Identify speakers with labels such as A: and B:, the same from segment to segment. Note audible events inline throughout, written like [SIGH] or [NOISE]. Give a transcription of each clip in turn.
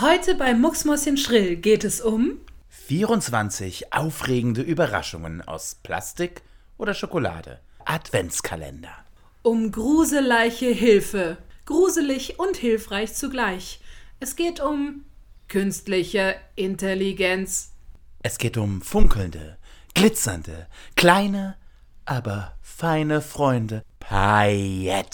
A: Heute bei Mucksmäuschen Schrill geht es um
B: 24 aufregende Überraschungen aus Plastik oder Schokolade. Adventskalender.
A: um gruseleiche Hilfe. Gruselig und hilfreich zugleich. Es geht um künstliche Intelligenz.
B: Es geht um funkelnde, glitzernde, kleine, aber feine Freunde. Pailletten.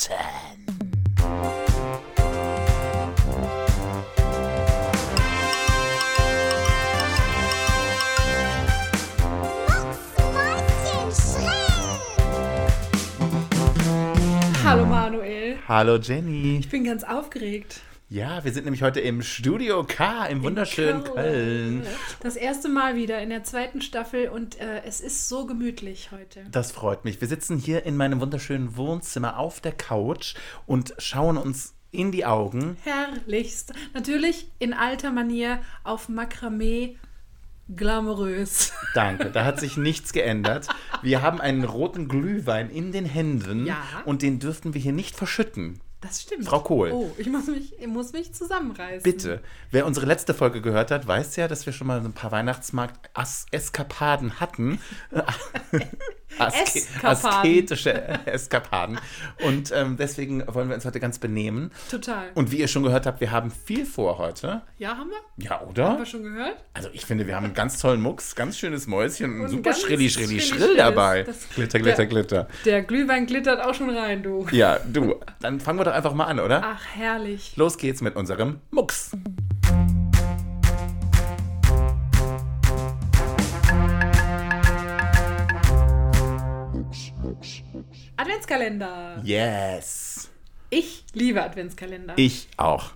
A: Hallo Manuel.
B: Hallo Jenny.
A: Ich bin ganz aufgeregt.
B: Ja, wir sind nämlich heute im Studio K im wunderschönen Köln.
A: Das erste Mal wieder in der zweiten Staffel und äh, es ist so gemütlich heute.
B: Das freut mich. Wir sitzen hier in meinem wunderschönen Wohnzimmer auf der Couch und schauen uns in die Augen.
A: Herrlichst. Natürlich in alter Manier auf Makramee glamourös.
B: Danke, da hat sich nichts geändert. Wir haben einen roten Glühwein in den Händen
A: Ja.
B: und den dürften wir hier nicht verschütten.
A: Das stimmt.
B: Frau Kohl.
A: Oh, ich muss mich, ich muss mich zusammenreißen.
B: Bitte, wer unsere letzte Folge gehört hat, weiß ja, dass wir schon mal so ein paar Weihnachtsmarkt-Eskapaden
A: [LAUGHS]
B: hatten. Aske
A: Eskapaden.
B: asketische Eskapaden. Und ähm, deswegen wollen wir uns heute ganz benehmen.
A: Total.
B: Und wie ihr schon gehört habt, wir haben viel vor heute.
A: ja, haben wir?
B: Ja,
A: Haben
B: oder?
A: wir schon gehört?
B: Also ich finde, wir haben einen ganz tollen Mucks, ganz schönes Mäuschen und,
A: ein
B: super
A: ganz
B: schrilli, schrilli,
A: schrilli,
B: schrill
A: schrilles.
B: dabei.
A: Das-
B: Glitter, glitter,
A: Ja.
B: glitter.
A: Der Glühwein glittert auch schon rein, du.
B: Ja, du, dann fangen wir doch einfach mal an, oder?
A: Ach, herrlich.
B: Los geht's mit unserem Mucks.
A: Adventskalender.
B: Yes.
A: Ich liebe Adventskalender.
B: Ich auch.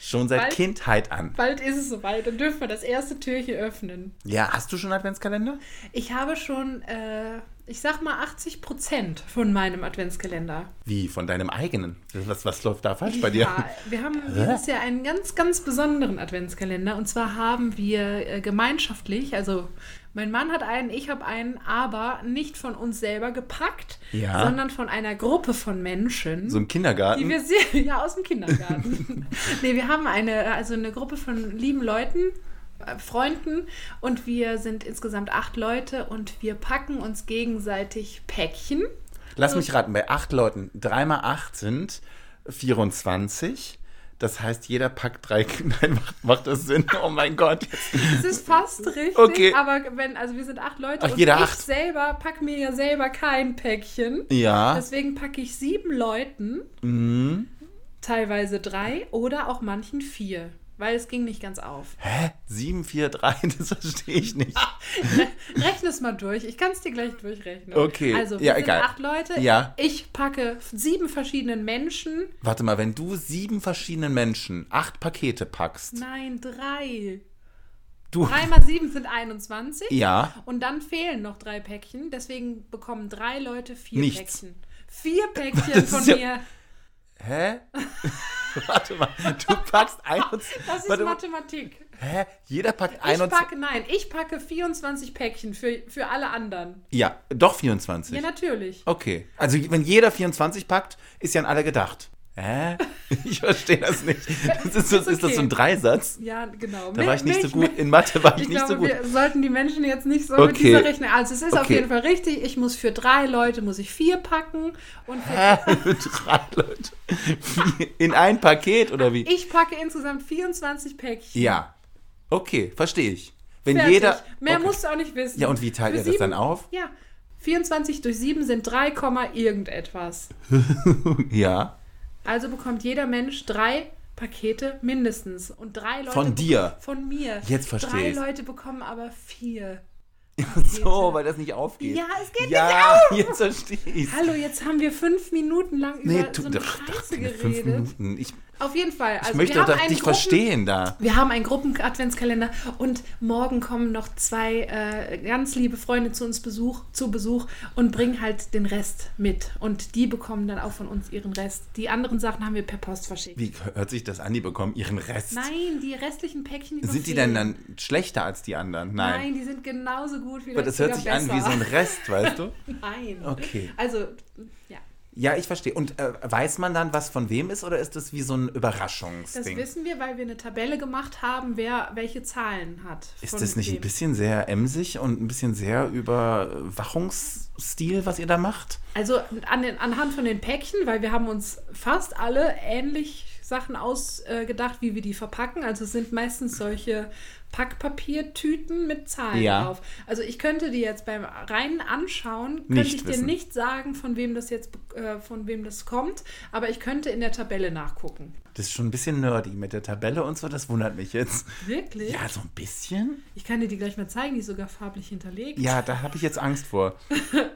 B: Schon seit
A: Bald-
B: Kindheit an.
A: Bald ist es soweit, dann dürfen wir das erste Türchen öffnen.
B: Ja, hast du schon Adventskalender?
A: Ich habe schon, äh, ich sag mal, 80 Prozent von meinem Adventskalender.
B: Wie, von deinem eigenen? Was, was läuft da falsch bei dir?
A: Ja, wir haben dieses Jahr einen ganz, ganz besonderen Adventskalender. Und zwar haben wir äh, gemeinschaftlich, also mein Mann hat einen, ich habe einen, aber nicht von uns selber gepackt,
B: Ja.
A: sondern von einer Gruppe von Menschen.
B: So im
A: Die wir
B: Kindergarten?
A: sehr, [LAUGHS] ja, aus dem
B: [LAUGHS]
A: Kindergarten. nee, wir haben eine, also eine Gruppe von lieben Leuten, äh, Freunden und wir sind insgesamt acht Leute und wir packen uns gegenseitig Päckchen.
B: Lass mich raten, bei acht Leuten, drei mal acht sind 24. Das heißt, jeder packt drei. Nein, [LAUGHS] macht, macht das Sinn? Oh mein Gott.
A: Das ist
B: [LAUGHS]
A: fast richtig,
B: Okay.
A: aber wenn, also wir sind acht Leute
B: Ach,
A: und
B: jeder
A: ich
B: acht.
A: selber pack mir ja selber kein Päckchen.
B: Ja.
A: Deswegen packe ich sieben Leuten,
B: Mhm.
A: teilweise drei oder auch manchen vier, weil es ging nicht ganz auf.
B: Hä? 7, 4, 3, das verstehe ich nicht.
A: Ah. Rechne es mal durch. Ich kann es dir gleich durchrechnen.
B: Okay,
A: Also, wir
B: ja,
A: sind
B: egal.
A: acht Leute.
B: Ja.
A: Ich packe sieben verschiedenen Menschen.
B: Warte mal, wenn du sieben verschiedenen Menschen acht Pakete packst,
A: Nein, drei.
B: du.
A: Drei mal sieben sind 21.
B: Ja.
A: Und dann fehlen noch drei Päckchen. Deswegen bekommen drei Leute vier
B: Nichts.
A: Päckchen.
B: [LAUGHS]
A: Vier Päckchen
B: Das
A: von
B: ist ja-
A: mir.
B: Hä? [LAUGHS] Warte mal,
A: [LAUGHS]
B: du packst 21.
A: Das ist
B: warte mal,
A: Mathematik.
B: hä? Jeder packt
A: Ich
B: 21.
A: packe, nein, ich packe 24 Päckchen für, für alle anderen.
B: Ja, doch 24.
A: Ja, natürlich.
B: okay. Also, wenn jeder 24 packt, ist ja an alle gedacht.
A: [LAUGHS]
B: Hä? Ich verstehe das nicht. Das ist, so-
A: Ist
B: ist das so ein
A: okay.
B: Dreisatz?
A: Ja, genau.
B: Da war ich nicht so gut. In Mathe war ich,
A: Ich
B: nicht
A: glaube,
B: so gut.
A: wir sollten die Menschen jetzt nicht so mit
B: Okay.
A: dieser rechnen. Also es ist auf
B: Okay.
A: jeden Fall richtig. Ich muss für drei Leute muss ich vier packen und für
B: Hä? [LAUGHS] Drei Leute. In ein Paket oder wie?
A: ich packe insgesamt 24 Päckchen.
B: Ja. Okay, verstehe ich. Wenn
A: Fertig.
B: jeder.
A: Mehr
B: okay.
A: musst du auch nicht wissen.
B: Ja, und wie teilt
A: Für
B: ihr das
A: sieben-
B: dann auf?
A: Ja. 24 durch 7 sind 3, Komma irgendetwas.
B: Ja.
A: Also bekommt jeder Mensch drei Pakete mindestens. Und drei Leute
B: Von
A: be-
B: dir.
A: Von mir.
B: Jetzt verstehe
A: Drei
B: ich's.
A: Leute bekommen aber vier.
B: So, weil das nicht aufgeht.
A: Ja, es geht
B: ja, nicht auf. jetzt verstehe ich.
A: Hallo, jetzt haben wir fünf Minuten lang über
B: Nee,
A: so
B: tu
A: eine
B: doch, doch
A: Scheiße
B: keine
A: geredet.
B: fünf Minuten. Ich,
A: Auf jeden Fall. Also
B: ich möchte
A: wir
B: doch
A: haben
B: dich
A: einen Gruppen,
B: verstehen da.
A: Wir haben einen Gruppen-Adventskalender und morgen kommen noch zwei äh, ganz liebe Freunde zu uns Besuch, zu Besuch und bringen halt den Rest mit. Und die bekommen dann auch von uns ihren Rest. Die anderen Sachen haben wir per Post verschickt.
B: Wie hört sich das an? Die bekommen ihren Rest.
A: Nein, die restlichen Päckchen, die noch
B: Sind die
A: fehlen.
B: denn dann schlechter als die anderen?
A: Nein.
B: Nein.
A: die sind genauso gut wie
B: Aber das hört sich an wie so ein Rest, weißt du?
A: [LAUGHS] Nein.
B: Okay.
A: Also, ja.
B: Ja, ich verstehe. Und äh, weiß man dann, was von wem ist oder ist das wie so ein
A: Das
B: Überraschungsding?
A: wissen wir, weil wir eine Tabelle gemacht haben, wer welche Zahlen hat.
B: Ist
A: von
B: das nicht ein
A: wem.
B: bisschen sehr emsig und ein bisschen sehr Überwachungsstil, was ihr da macht?
A: Also an den, anhand von den Päckchen, weil wir haben uns fast alle ähnlich Sachen ausgedacht, wie wir die verpacken. Also es sind meistens solche Packpapiertüten mit Zahlen
B: Ja.
A: drauf. Also ich könnte die jetzt beim reinen Anschauen, könnte
B: Nicht
A: ich
B: wissen.
A: dir nicht sagen, von wem das jetzt, äh, von wem das kommt, aber ich könnte in der Tabelle nachgucken.
B: Das ist schon ein bisschen nerdy mit der Tabelle und so, das wundert mich jetzt.
A: Wirklich?
B: Ja, so ein bisschen?
A: Ich kann dir die gleich mal zeigen, die ist sogar farblich hinterlegt.
B: Ja, da habe ich jetzt Angst vor.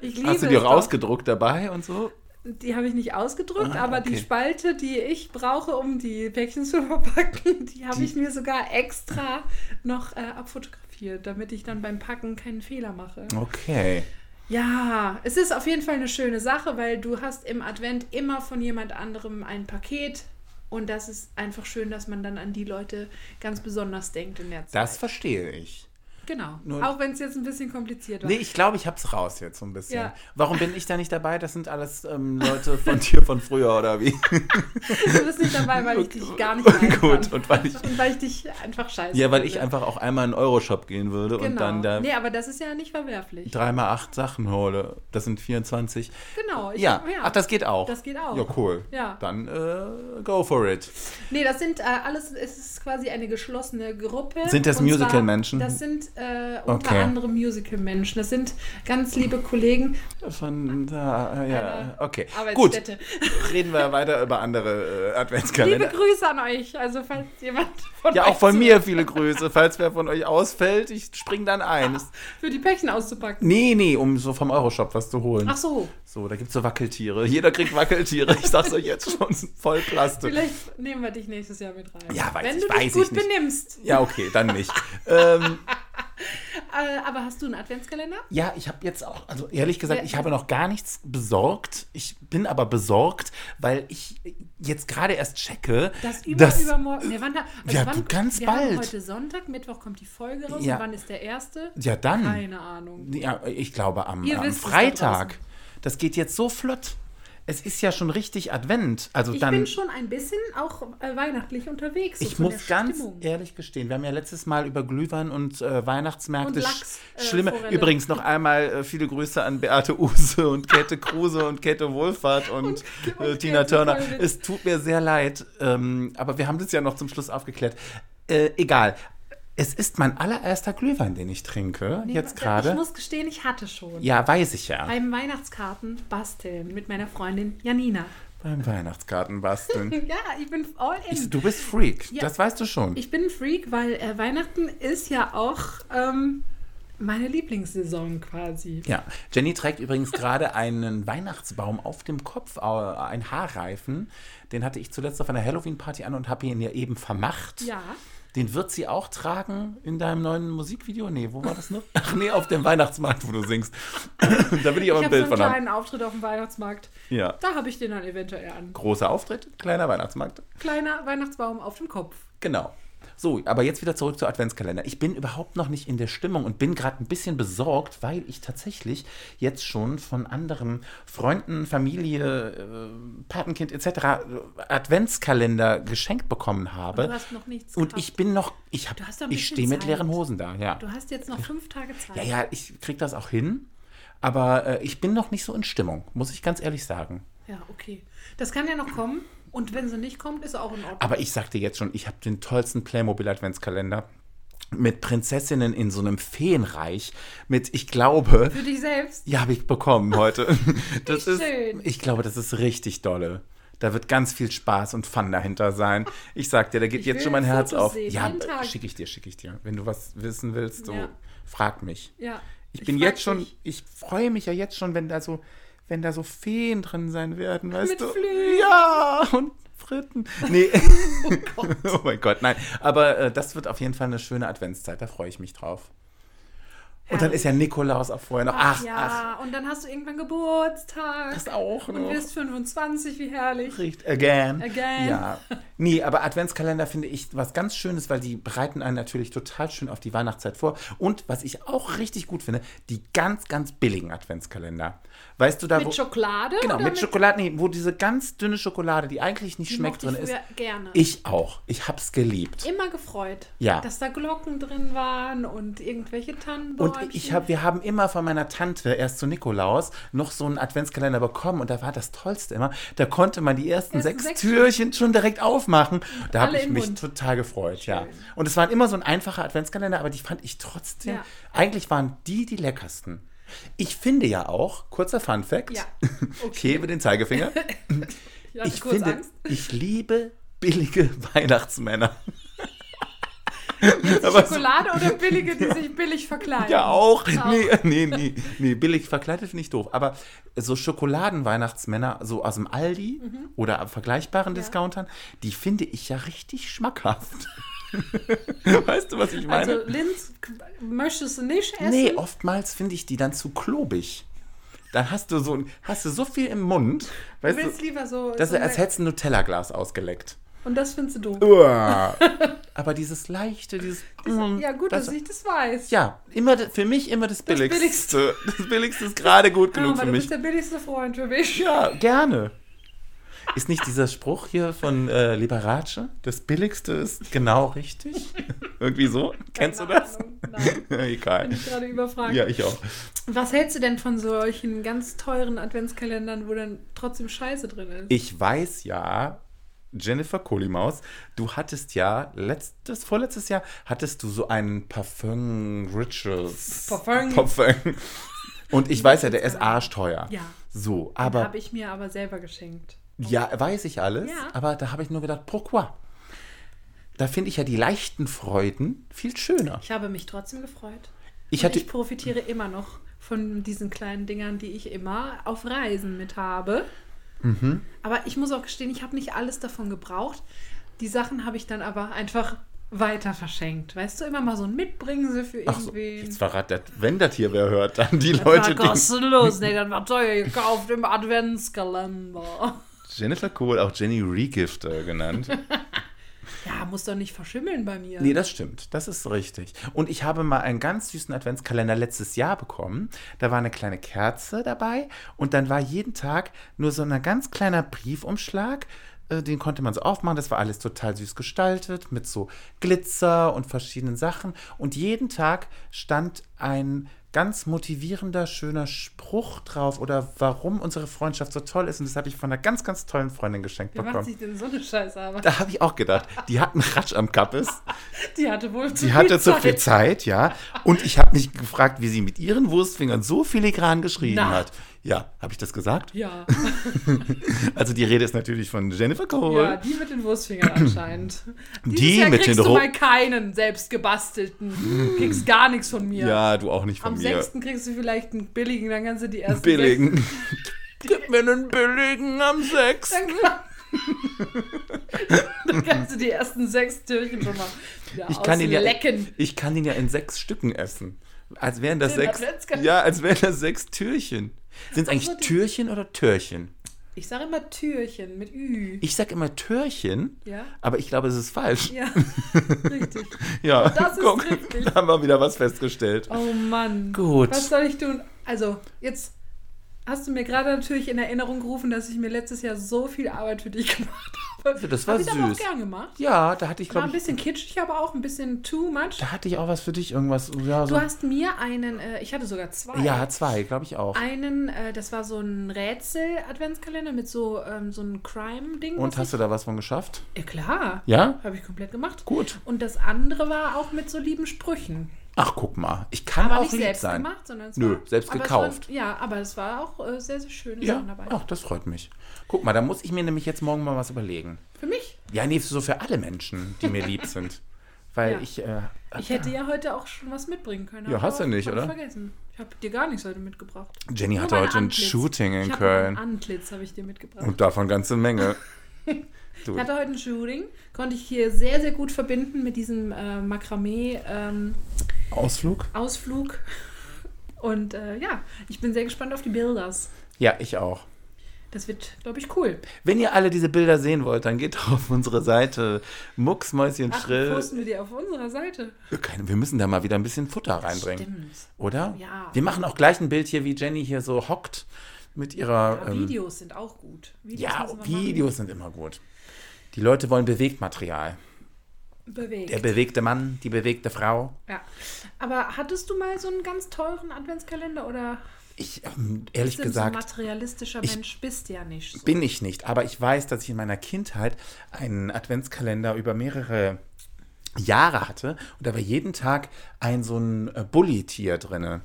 A: Ich liebe
B: Hast du die
A: es
B: auch
A: doch.
B: ausgedruckt dabei und so?
A: Die habe ich nicht ausgedruckt,
B: Ah,
A: aber
B: okay.
A: die Spalte, die ich brauche, um die Päckchen [LAUGHS] zu verpacken, die habe
B: Die-
A: ich mir sogar extra noch äh, abfotografiert, damit ich dann beim Packen keinen Fehler mache.
B: Okay.
A: Ja, es ist auf jeden Fall eine schöne Sache, weil du hast im Advent immer von jemand anderem ein Paket und das ist einfach schön, dass man dann an die Leute ganz besonders denkt in der Zeit.
B: Das verstehe ich.
A: genau.
B: nur-
A: Auch wenn es jetzt ein bisschen kompliziert war.
B: Nee, ich glaube, ich hab's raus jetzt so ein bisschen.
A: Ja.
B: Warum bin ich da nicht dabei? Das sind alles ähm, Leute von dir von früher oder wie?
A: Du bist nicht dabei, weil
B: [LAUGHS]
A: ich dich gar nicht leiden
B: Gut,
A: kann.
B: und weil
A: [LAUGHS]
B: ich
A: Und weil ich dich einfach scheiße
B: [LAUGHS] Ja, weil
A: finde.
B: ich einfach auch einmal in den Euroshop gehen würde und dann da
A: Genau. nee, aber das ist ja nicht verwerflich.
B: dreimal acht Sachen hole. Das sind 24.
A: Genau. ich-
B: Ja. ach, das geht auch.
A: Das geht auch.
B: Ja, cool.
A: Ja.
B: Dann äh, go for it.
A: Nee, das sind äh, alles, es ist quasi eine geschlossene Gruppe.
B: Sind das
A: Und zwar-
B: Musical-Menschen?
A: Das sind äh, unter
B: Okay.
A: anderem Musical-Menschen. Das sind ganz liebe Kollegen.
B: Von da, äh, ja,
A: Einer
B: okay. Gut,
A: Arbeitsstätte.
B: reden wir weiter über andere äh,
A: Liebe
B: Adventskalender.
A: Grüße an euch. Also, falls jemand von
B: Ja,
A: euch
B: auch von
A: zu-
B: mir viele Grüße. Falls wer von euch ausfällt, ich spring dann ein. Es-
A: Für die Päckchen auszupacken.
B: Nee, nee, um so vom Euroshop was zu holen.
A: Ach so,
B: So, da gibt's so Wackeltiere. Jeder kriegt Wackeltiere. Ich sag's euch jetzt schon, voll Plastik.
A: vielleicht nehmen wir dich nächstes Jahr mit rein.
B: Ja, weiß
A: Wenn
B: ich-
A: du
B: weiß
A: dich gut
B: ich nicht.
A: benimmst.
B: Ja, okay, dann nicht. ähm,
A: Äh, aber hast du einen Adventskalender?
B: ja, ich habe jetzt auch, also ehrlich gesagt,
A: Ja.
B: ich habe noch gar nichts besorgt. Ich bin aber besorgt, weil ich jetzt gerade erst checke,
A: Das über,
B: dass-
A: übermorgen. Nee, wann, da- also
B: Ja,
A: wann,
B: du, ganz
A: wir
B: bald.
A: Haben heute Sonntag, Mittwoch kommt die Folge raus.
B: Ja.
A: Und wann ist der erste?
B: ja dann.
A: Keine Ahnung.
B: Ja, ich glaube am,
A: Ihr
B: am
A: wisst es da
B: Freitag.
A: draußen.
B: Das geht jetzt so flott. Es ist ja schon richtig Advent. Also
A: Ich
B: dann.
A: bin schon ein bisschen auch äh, weihnachtlich unterwegs. so
B: ich
A: von
B: muss
A: der
B: ganz
A: Stimmung.
B: ehrlich gestehen, wir haben ja letztes Mal über Glühwein und äh, Weihnachtsmärkte
A: Und
B: sch-
A: Lachs, äh,
B: schlimme.
A: Forelle.
B: Übrigens noch einmal äh, viele Grüße an Beate Use und Käthe Kruse und Käthe
A: [LAUGHS]
B: Wohlfahrt und,
A: Und-
B: äh,
A: und
B: Tina
A: Käthe
B: Turner.
A: Kollwitz.
B: Es tut mir sehr leid, ähm, aber wir haben das ja noch zum Schluss aufgeklärt. Äh, egal. Es ist mein allererster Glühwein, den ich trinke,
A: Nee,
B: jetzt
A: Ich
B: gerade.
A: muss gestehen, ich hatte schon.
B: Ja, weiß ich ja.
A: Beim Weihnachtskarten basteln mit meiner Freundin Janina. [LAUGHS]
B: Beim Weihnachtskarten basteln.
A: Ja, ich bin all in.
B: Du bist Freak,
A: Ja.
B: das weißt du schon.
A: Ich bin ein Freak, weil äh, Weihnachten ist ja auch ähm, meine Lieblingssaison quasi.
B: ja, Jenny trägt übrigens gerade einen Weihnachtsbaum auf dem Kopf, äh, ein Haarreifen. Den hatte ich zuletzt auf einer Halloween-Party an und habe ihn ja eben vermacht.
A: Ja.
B: Den wird sie auch tragen in deinem neuen Musikvideo. Nee, wo war das noch? Ach nee, auf dem Weihnachtsmarkt, wo du singst. [CLEARS THROAT] da will ich aber
A: Ich habe
B: ein
A: so
B: Bild
A: einen
B: von haben.
A: kleinen Auftritt auf dem Weihnachtsmarkt.
B: Ja.
A: Da habe ich den dann eventuell an.
B: Großer Auftritt, kleiner Weihnachtsmarkt.
A: Kleiner Weihnachtsbaum auf dem Kopf.
B: Genau. So, aber jetzt wieder zurück zur Adventskalender. Ich bin überhaupt noch nicht in der Stimmung und bin gerade ein bisschen besorgt, weil ich tatsächlich jetzt schon von anderen Freunden, Familie, äh, Patenkind etc. Adventskalender geschenkt bekommen
A: Du
B: habe.
A: hast noch nichts
B: Und
A: gehabt.
B: ich bin noch, ich habe,
A: Du hast doch ein
B: ich
A: bisschen
B: stehe mit
A: Zeit.
B: leeren Hosen da, ja.
A: Du hast jetzt noch fünf Tage Zeit.
B: Ja, ja, ich krieg das auch hin, aber äh, ich bin noch nicht so in Stimmung, muss ich ganz ehrlich sagen.
A: Ja, okay. Das kann ja noch kommen. Und wenn sie nicht kommt, ist auch in Ordnung.
B: Aber ich sagte jetzt schon, ich habe den tollsten Playmobil-Adventskalender mit Prinzessinnen in so einem Feenreich. Mit, ich glaube,
A: Für dich selbst.
B: ja, habe ich bekommen
A: [LAUGHS]
B: heute. Das
A: Wie
B: ist,
A: schön.
B: ich glaube, das ist richtig dolle. Da wird ganz viel Spaß und Fun dahinter sein. Ich sag dir, da geht
A: Ich
B: jetzt
A: will
B: schon mein
A: Fotos
B: Herz auf.
A: sehen,
B: ja,
A: jeden Tag.
B: schicke ich dir, schicke ich dir. Wenn du was wissen willst, so
A: Ja.
B: frag mich.
A: Ja.
B: Ich bin
A: frag
B: jetzt schon,
A: dich.
B: ich freue mich ja jetzt schon, wenn da so, wenn da so Feen drin sein werden, weißt
A: Mit
B: du?
A: Flöhen.
B: Ja, und Fritten.
A: [LAUGHS]
B: Nee. [LAUGHS] Oh, mein Gott, nein. Aber äh, das wird auf jeden Fall eine schöne Adventszeit, da freue ich mich drauf. Und dann ist ja Nikolaus auch vorher noch. Ach, ach,
A: ja, und dann hast du irgendwann Geburtstag.
B: das auch
A: und
B: noch.
A: wirst 25, wie herrlich.
B: Richt- Again.
A: Again. [LAUGHS]
B: Ja. Nee, aber Adventskalender finde ich was ganz Schönes, weil die bereiten einen natürlich total schön auf die Weihnachtszeit vor. Und was ich auch richtig gut finde, die ganz, ganz billigen Adventskalender. Weißt du da, wo.
A: Mit Schokolade?
B: genau,
A: oder
B: mit Schokolade, nee, wo diese ganz dünne Schokolade, die eigentlich nicht
A: Die
B: schmeckt,
A: mochte
B: drin
A: ich
B: ist.
A: früher gerne.
B: Ich auch. Ich hab's geliebt.
A: Immer gefreut,
B: Ja.
A: dass da Glocken drin waren und irgendwelche
B: Und
A: Tannenbäumchen.
B: ich hab, wir haben immer von meiner Tante, erst zu Nikolaus, noch so einen Adventskalender bekommen. Und da war das Tollste immer, da konnte man die ersten
A: Ersten
B: sechs,
A: sechs
B: Türchen schon direkt aufmachen. Da habe
A: alle
B: ich
A: im
B: mich
A: Mund.
B: total gefreut, ja.
A: Schön.
B: Und es waren immer so ein einfacher Adventskalender, aber die fand ich trotzdem,
A: Ja.
B: eigentlich waren die die leckersten. Ich finde ja auch, kurzer Fun Fact, [LAUGHS]
A: Ja.
B: ich hebe
A: [LAUGHS]
B: den Zeigefinger,
A: Ich hatte
B: ich
A: kurz
B: finde,
A: Angst.
B: ich liebe billige [LAUGHS] Weihnachtsmänner. [LAUGHS] Aber so-
A: Schokolade oder billige, die sich billig verkleiden.
B: Ja, auch.
A: Auch.
B: Nee, nee, nee, nee. Billig verkleidet finde ich doof. Aber so Schokoladenweihnachtsmänner, so aus dem Aldi oder vergleichbaren
A: Mhm. Ja.
B: Discountern, die finde ich ja richtig schmackhaft. [LAUGHS] weißt du, was ich meine?
A: Also Linz k- möchtest du nicht Also, essen?
B: nee, oftmals finde ich die dann zu klobig. Dann hast du so, ein- hast du so viel im Mund,
A: du
B: weißt
A: willst
B: du,
A: lieber so.
B: dass
A: so
B: du, als hättest du ein Nutella-Glas ausgeleckt.
A: und das findest du doof. [LAUGHS]
B: Uah. Aber dieses leichte, dieses. mm,
A: Ja, gut,
B: das-
A: dass ich das weiß.
B: ja, immer, d- für mich immer das Billigste.
A: Billigste.
B: [LAUGHS] Das Billigste ist gerade gut
A: Ah,
B: genug
A: aber
B: für
A: du
B: mich.
A: bist der billigste Freund für mich.
B: Ja, gerne. Ist nicht dieser Spruch hier von äh, Liberace? Das Billigste ist genau
A: [LAUGHS]
B: richtig? Irgendwie so? Kennst du
A: Keine
B: das?
A: Ahnung, Nein,
B: [LAUGHS] Egal.
A: bin ich gerade überfragt.
B: Ja, ich auch.
A: Was hältst du denn von solchen ganz teuren Adventskalendern, wo dann trotzdem Scheiße drin ist?
B: Ich weiß ja, Jennifer Kolimaus, du hattest ja letztes, vorletztes Jahr hattest du so einen Parfum Rituals.
A: Parfum.
B: Parfum. Und ich weiß ja, der ist arschteuer.
A: Ja.
B: So,
A: Den
B: aber
A: Habe ich mir aber selber geschenkt.
B: Ja, weiß ich alles,
A: Ja.
B: aber da habe ich nur gedacht, pourquoi? Da finde ich ja die leichten Freuden viel schöner.
A: Ich habe mich trotzdem gefreut.
B: Ich
A: Und
B: hatte,
A: ich profitiere immer noch von diesen kleinen Dingern, die ich immer auf Reisen mit habe.
B: Mhm.
A: Aber ich muss auch gestehen, ich habe nicht alles davon gebraucht. Die Sachen habe ich dann aber einfach weiter verschenkt. Weißt du, immer mal so ein Mitbringsel für
B: ach so,
A: irgendwen.
B: jetzt verrat das, wenn das hier wer hört, dann die
A: das
B: Leute,
A: war
B: die
A: kostenlos, nee, dann war teuer gekauft im Adventskalender.
B: Jennifer Kohl, auch Jenny Regift äh, genannt.
A: Ja, muss doch nicht verschimmeln bei mir.
B: Nee, das stimmt. Das ist richtig. Und ich habe mal einen ganz süßen Adventskalender letztes Jahr bekommen. Da war eine kleine Kerze dabei und dann war jeden Tag nur so ein ganz kleiner Briefumschlag. Äh, Den konnte man so aufmachen. Das war alles total süß gestaltet mit so Glitzer und verschiedenen Sachen. Und jeden Tag stand ein ganz motivierender, schöner Spruch drauf oder warum unsere Freundschaft so toll ist. Und das habe ich von einer ganz, ganz tollen Freundin geschenkt
A: Wer macht
B: bekommen.
A: sich denn so eine Scheiße aber?
B: Da habe ich auch gedacht, die hatten Ratsch am Kappes.
A: Die hatte wohl zu
B: Die
A: viel
B: hatte zu
A: Zeit.
B: viel Zeit, ja. Und ich habe mich gefragt, wie sie mit ihren Wurstfingern so filigran geschrieben
A: Na.
B: hat. Ja, habe ich das gesagt?
A: Ja.
B: Also die Rede ist natürlich von Jennifer
A: Ja,
B: Cole.
A: die mit den Wurstfingern
B: [CLEARS THROAT]
A: anscheinend. Dieses
B: Die
A: Jahr
B: mit
A: kriegst
B: den
A: du
B: Ro-
A: mal keinen selbstgebastelten. Kriegst gar nichts von mir.
B: Ja, du auch nicht von
A: Am
B: mir.
A: 6. kriegst du vielleicht einen billigen, dann kannst du die ersten sechs-
B: Billigen. Gib mir einen billigen am 6.
A: Dann, kann- [LAUGHS] dann kannst du die ersten sechs Türchen schon mal wieder
B: Ich kann, ihn ja,
A: auslecken.
B: ich kann ihn ja in sechs Stücken essen. Als wären das
A: Den
B: sechs.
A: Adventskalender.
B: Ja, als wären das sechs Türchen. Sind es eigentlich
A: so, die-
B: Türchen oder Türchen?
A: Ich sage immer Türchen mit Ü.
B: Ich sag immer Türchen,
A: Ja.
B: [LAUGHS] aber ich glaube, es ist falsch.
A: Ja, richtig.
B: Ja,
A: Das ist richtig.
B: da haben wir wieder was festgestellt.
A: Oh Mann.
B: Gut.
A: Was soll ich tun? Also, jetzt hast du mir gerade natürlich in Erinnerung gerufen, dass ich mir letztes Jahr so viel Arbeit für dich [LAUGHS] gemacht habe.
B: Ja, das war
A: Hab ich aber auch
B: süß.
A: gern gemacht.
B: Ja, da hatte ich,
A: War
B: glaube
A: ein
B: ich,
A: bisschen kitschig, aber auch ein bisschen too much.
B: da hatte ich auch was für dich, irgendwas. Ja, so,
A: Du hast mir einen, äh, ich hatte sogar zwei.
B: ja zwei, glaube ich auch.
A: Einen, äh, das war so ein Rätsel-Adventskalender mit so, ähm, so einem Crime-Ding.
B: Und
A: was
B: hast du da was von geschafft?
A: ich, ja, klar.
B: Ja?
A: Habe ich komplett gemacht.
B: Gut.
A: Und das andere war auch mit so lieben Sprüchen.
B: Ach, guck mal, ich kann
A: Aber
B: auch
A: nicht
B: lieb
A: selbst
B: sein.
A: gemacht, sondern es
B: Nö,
A: war,
B: selbst
A: aber es
B: gekauft.
A: War, ja, aber es war auch äh, sehr, sehr schöne
B: Ja,
A: Sachen dabei.
B: ach, das freut mich. Guck mal, da muss ich mir nämlich jetzt morgen mal was überlegen.
A: Für mich.
B: Ja, nee, so für alle Menschen, die mir
A: [LAUGHS]
B: lieb sind. Weil
A: Ja.
B: ich, äh,
A: Ich hätte ja heute auch schon was mitbringen können.
B: Ja,
A: aber
B: hast du nicht,
A: hab
B: oder?
A: Ich vergessen. Ich habe dir gar nichts heute mitgebracht.
B: Jenny
A: Nur
B: hatte
A: mein
B: heute ein
A: Antlitz.
B: Shooting in
A: ich hab
B: Köln.
A: Mein Antlitz habe ich dir mitgebracht.
B: Und davon
A: [LAUGHS]
B: ganze Menge. Du,
A: Ich hatte heute ein Shooting, konnte ich hier sehr, ähm, sehr gut verbinden mit diesem äh, Makramee-Ausflug.
B: Ausflug?
A: [LAUGHS] Und äh, ja, ich bin sehr gespannt auf die Builders.
B: Ja, ich auch.
A: Das wird, glaube ich, cool.
B: Wenn ihr alle diese Bilder sehen wollt, dann geht [LAUGHS] doch auf unsere Seite Mucksmäuschen
A: Ach,
B: Schrill.
A: posten wir die auf unserer Seite.
B: Keine- Wir müssen da mal wieder ein bisschen Futter reinbringen.
A: Stimmt. Oh
B: Oder?
A: Ja.
B: Wir machen auch gleich ein Bild hier, wie Jenny hier so hockt mit ihrer.
A: Aber
B: ähm,
A: Videos sind auch gut. Videos
B: ja,
A: müssen wir
B: Videos sind immer gut. Die Leute wollen Bewegtmaterial.
A: machen. Bewegt.
B: Der bewegte Mann, die bewegte Frau.
A: ja. Aber hattest du mal so einen ganz teuren Adventskalender oder
B: Ich, ähm, ehrlich
A: bist du so ein
B: gesagt,
A: materialistischer
B: ich-
A: Mensch bist ja nicht so.
B: bin ich nicht. Aber ich weiß, dass ich in meiner Kindheit einen Adventskalender über mehrere Jahre hatte. Und da war jeden Tag ein so ein äh, Bulli-Tier drin.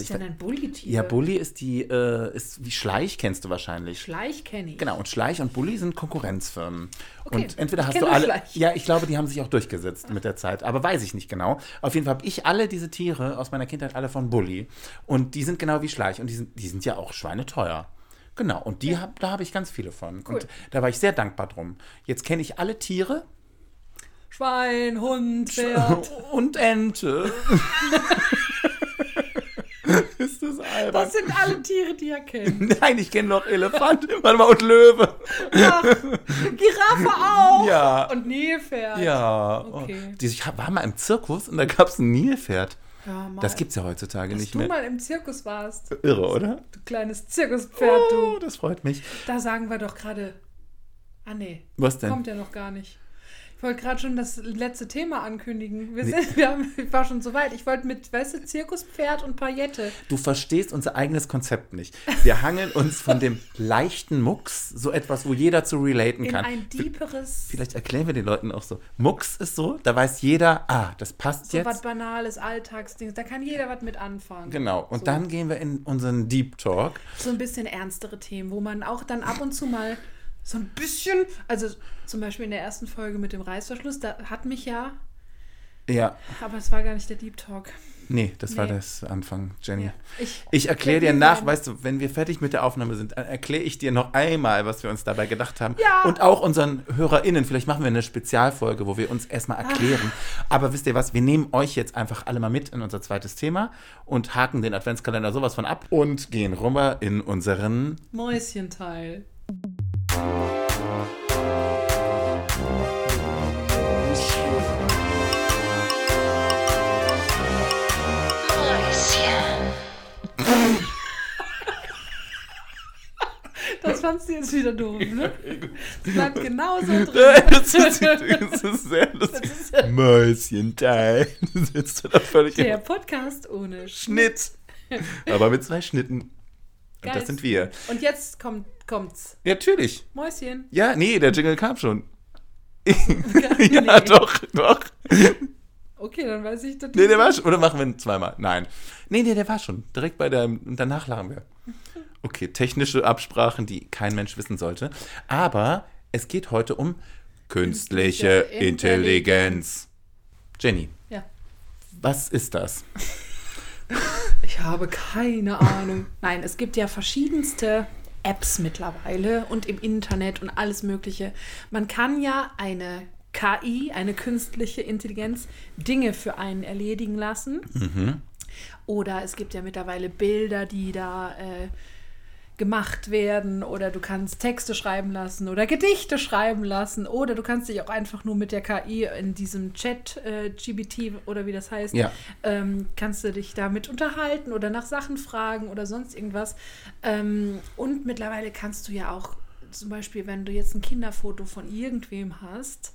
A: ist
B: ich,
A: denn ein Bullitier?
B: ja, Bulli ist die, äh, ist wie Schleich kennst du wahrscheinlich.
A: Schleich kenne ich.
B: Genau, und Schleich und Bulli sind Konkurrenzfirmen.
A: Okay,
B: Und entweder
A: ich
B: hast
A: kenn
B: du
A: nur
B: alle.
A: Schleich.
B: Ja, ich glaube, die haben sich auch durchgesetzt mit der Zeit, aber weiß ich nicht genau. Auf jeden Fall habe ich alle diese Tiere aus meiner Kindheit alle von Bulli. Und die sind genau wie Schleich und die sind, die sind ja auch schweineteuer. Genau, und die hab, da habe ich ganz viele von.
A: Cool.
B: Und da war ich sehr dankbar drum. Jetzt kenne ich alle Tiere
A: Schwein, Hund, Pferd.
B: [LAUGHS]
A: [LAUGHS]
B: und Ente. Ist das albern?
A: Das sind alle Tiere, die er
B: [LAUGHS]
A: kennt.
B: Nein, ich kenne noch Elefant, warte mal, und Löwe.
A: Ach, Giraffe auch.
B: Ja.
A: Oh, Und Nilpferd.
B: Ja,
A: Okay.
B: oh. die, ich hab- war mal im Zirkus und da gab es ein Nilpferd.
A: Hör mal,
B: Das gibt's ja heutzutage
A: dass
B: nicht
A: du
B: mehr.
A: mal im Zirkus warst.
B: Irre, oder?
A: Du kleines Zirkuspferd, du.
B: Oh, das freut mich.
A: Da sagen wir doch gerade. Ah, nee.
B: Was denn?
A: Kommt ja noch gar nicht. Ich wollte gerade schon das letzte Thema ankündigen. Wir, sind, [LAUGHS] wir haben, ich war schon so weit. Ich wollte mit, weißt du, Zirkuspferd und Paillette.
B: Du verstehst unser eigenes Konzept nicht. Wir hangeln uns von dem leichten Mucks, so etwas, wo jeder zu relaten
A: In
B: kann.
A: ein tieferes,
B: Vielleicht erklären wir den Leuten auch so. Mucks ist so, da weiß jeder, ah, das passt
A: so was
B: jetzt.
A: Banales, Alltagsding. Da kann jeder was mit anfangen.
B: Genau. Und
A: so.
B: dann gehen wir in unseren Deep Talk.
A: so ein bisschen ernstere Themen, wo man auch dann ab und zu mal so ein bisschen, also zum Beispiel in der ersten Folge mit dem Reißverschluss, da hat mich ja,
B: Ja,
A: aber es war gar nicht der Deep Talk.
B: nee, das war
A: Nee.
B: das Anfang, Jenny.
A: Ja. Ich,
B: Ich erkläre dir
A: Wenn wir
B: nach,
A: dann-
B: weißt du, wenn wir fertig mit der Aufnahme sind, dann erkläre ich dir noch einmal, was wir uns dabei gedacht haben.
A: Ja.
B: Und auch unseren HörerInnen. Vielleicht machen wir eine Spezialfolge, wo wir uns erstmal erklären. Aber wisst ihr was? Wir nehmen euch jetzt einfach alle mal mit in unser zweites Thema und haken den Adventskalender sowas von ab und gehen rüber
A: [LAUGHS]
B: in unseren.
A: Mäuschenteil. Das fandst du jetzt wieder
B: [LAUGHS]
A: doof, ne? Das bleibt genauso drin.
B: Das
A: [LAUGHS]
B: ist, das ist sehr lustig. Mäuschenteil. Das ist doch völlig
A: Der Podcast ohne [LAUGHS]
B: Schnitt. Aber mit zwei Schnitten. Und
A: Geil.
B: das sind wir.
A: Und jetzt kommt, kommt's.
B: Natürlich.
A: Mäuschen.
B: Ja, nee, der Jingle kam schon. [LAUGHS]
A: Nee.
B: Ja, doch, doch.
A: Okay, dann weiß ich das.
B: Nee, der war schon. Oder machen wir ihn zweimal? Nein. Nee, nee, der war schon. Direkt bei der. Und danach lachen wir. Okay, technische Absprachen, die kein Mensch wissen sollte. Aber es geht heute um künstliche
A: Künstliche
B: Intelligenz. Jenny,
A: Ja.
B: was ist das?
A: Ich habe keine Ahnung. Nein, es gibt ja verschiedenste Apps mittlerweile und im Internet und alles Mögliche. Man kann ja eine KI, eine künstliche Intelligenz, Dinge für einen erledigen lassen.
B: Mhm.
A: Oder es gibt ja mittlerweile Bilder, die da äh, gemacht werden. Oder du kannst Texte schreiben lassen oder Gedichte schreiben lassen. Oder du kannst dich auch einfach nur mit der KI in diesem Chat, äh, GBT oder wie das heißt,
B: Ja.
A: ähm, kannst du dich damit unterhalten oder nach Sachen fragen oder sonst irgendwas. Ähm, und mittlerweile kannst du ja auch zum Beispiel, wenn du jetzt ein Kinderfoto von irgendwem hast,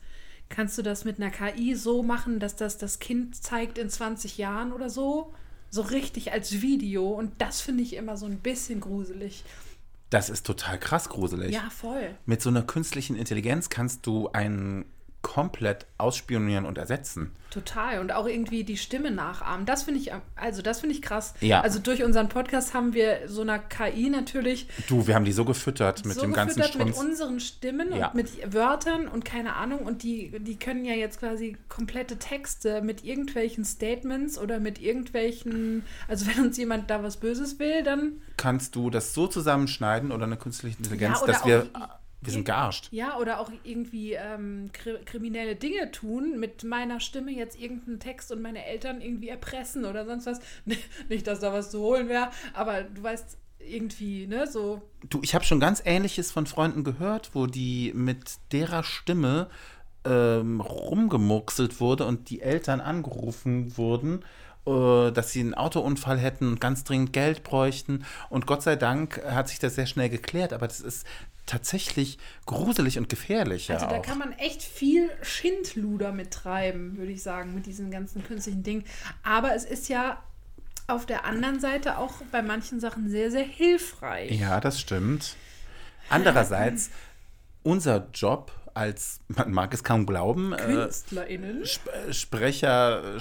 A: kannst du das mit einer KI so machen, dass das das Kind zeigt in 20 Jahren oder so. So richtig als Video. Und das finde ich immer so ein bisschen gruselig.
B: Das ist total krass gruselig.
A: Ja, voll.
B: Mit so einer künstlichen Intelligenz kannst du einen komplett ausspionieren und ersetzen.
A: Total. Und auch irgendwie die Stimme nachahmen. Das finde ich, am- also das finde ich krass.
B: Ja.
A: Also durch unseren Podcast haben wir so einer KI natürlich
B: Du, wir haben die so gefüttert mit
A: so
B: dem ganzen
A: gefüttert mit
B: Strunz.
A: unseren Stimmen
B: Ja.
A: und mit Wörtern und keine Ahnung. Und die, die können ja jetzt quasi komplette Texte mit irgendwelchen Statements oder mit irgendwelchen, also wenn uns jemand da was Böses will, dann
B: kannst du das so zusammenschneiden oder eine künstliche Intelligenz,
A: Ja, oder
B: dass wir ah,
A: auch-
B: Wir sind gearscht.
A: Ja, oder auch irgendwie ähm, kri kriminelle Dinge tun, mit meiner Stimme jetzt irgendeinen Text und meine Eltern irgendwie erpressen oder sonst was. [LAUGHS] Nicht, dass da was zu holen wäre, aber du weißt irgendwie, ne, so.
B: Du, ich habe schon ganz Ähnliches von Freunden gehört, wo die mit derer Stimme ähm, rumgemuckselt wurde und die Eltern angerufen wurden, äh, dass sie einen Autounfall hätten und ganz dringend Geld bräuchten. Und Gott sei Dank hat sich das sehr schnell geklärt, aber das ist tatsächlich gruselig und gefährlich.
A: Also
B: ja
A: da
B: auch.
A: kann man echt viel Schindluder mittreiben, würde ich sagen, mit diesen ganzen künstlichen Dingen. Aber es ist ja auf der anderen Seite auch bei manchen Sachen sehr, sehr hilfreich.
B: Ja, das stimmt. Andererseits, unser Job als, man mag es kaum glauben, äh,
A: KünstlerInnen.
B: Sp äh, Sprecher, äh,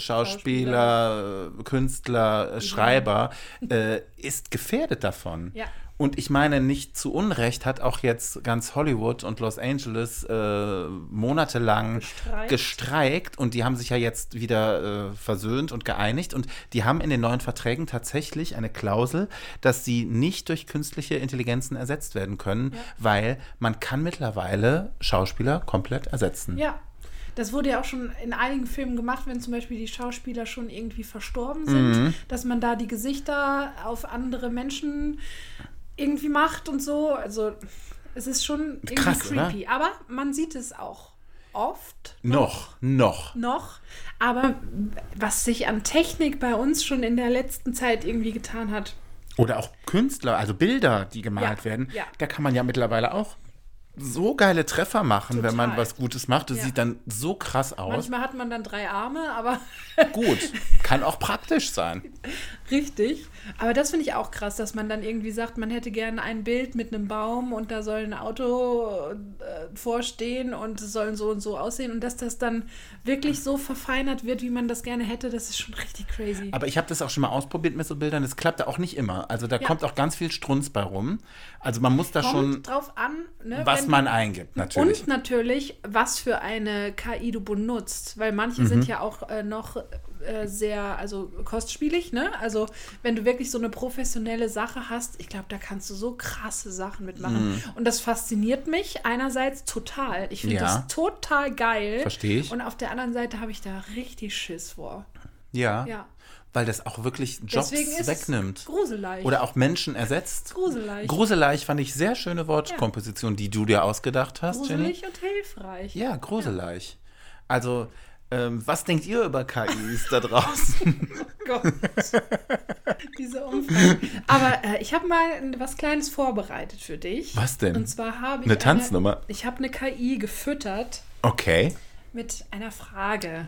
B: Schauspieler, Künstler,
A: Mhm.
B: Schreiber äh, ist gefährdet davon.
A: Ja.
B: Und ich meine, nicht zu Unrecht hat auch jetzt ganz Hollywood und Los Angeles äh, monatelang
A: Gestreikt.
B: gestreikt und die haben sich ja jetzt wieder äh, versöhnt und geeinigt und die haben in den neuen Verträgen tatsächlich eine Klausel, dass sie nicht durch künstliche Intelligenzen ersetzt werden können, weil man kann mittlerweile Schauspieler komplett ersetzen.
A: Ja. Das wurde ja auch schon in einigen Filmen gemacht, wenn zum Beispiel die Schauspieler schon irgendwie verstorben sind,
B: Mhm.
A: dass man da die Gesichter auf andere Menschen irgendwie macht und so. Also es ist schon irgendwie
B: Krass, oder?
A: creepy. Aber man sieht es auch oft
B: Noch, noch.
A: noch. Aber was sich an Technik bei uns schon in der letzten Zeit irgendwie getan hat,
B: Oder auch Künstler, also Bilder, die gemalt
A: Ja,
B: werden.
A: ja.
B: Da kann man ja mittlerweile auch so geile Treffer machen, wenn man
A: Total.
B: was Gutes macht. Das
A: Ja.
B: sieht dann so krass aus.
A: manchmal hat man dann drei Arme, aber [LAUGHS]
B: Gut, kann auch praktisch sein.
A: Richtig. Aber das finde ich auch krass, dass man dann irgendwie sagt, man hätte gerne ein Bild mit einem Baum und da soll ein Auto äh, vorstehen und es sollen so und so aussehen und dass das dann wirklich so verfeinert wird, wie man das gerne hätte, das ist schon richtig crazy.
B: Aber ich habe das auch schon mal ausprobiert mit so Bildern. Das klappt auch nicht immer. Also da
A: Ja.
B: kommt auch ganz viel Strunz bei rum. Also man muss da
A: Kommt
B: schon,
A: drauf an, ne,
B: was
A: wenn-
B: man eingibt, natürlich.
A: Und natürlich, was für eine KI du benutzt, weil manche
B: Mhm.
A: sind ja auch äh, noch äh, sehr, also kostspielig, ne? Also wenn du wirklich so eine professionelle Sache hast, ich glaube, da kannst du so krasse Sachen mitmachen. Und das fasziniert mich einerseits total. Ich finde
B: Mhm. Ja.
A: das total geil.
B: Versteh ich.
A: Und auf der anderen Seite habe ich da richtig Schiss vor.
B: ja,
A: Ja.
B: weil das auch wirklich Jobs
A: Deswegen ist es
B: wegnimmt.
A: gruselig.
B: Oder auch Menschen ersetzt.
A: gruselig.
B: Gruselig fand ich sehr schöne Wortkomposition, die du dir ausgedacht hast, Jenny.
A: gruselig und hilfreich.
B: Ja, gruselig. Also, ähm, was denkt ihr über KIs da draußen?
A: Gott. Diese Umfrage. Aber äh, ich habe mal was Kleines vorbereitet für dich.
B: Was denn?
A: Und zwar habe ich.
B: Eine Tanznummer?
A: ich habe eine KI gefüttert
B: [LAUGHS] Okay.
A: mit einer Frage.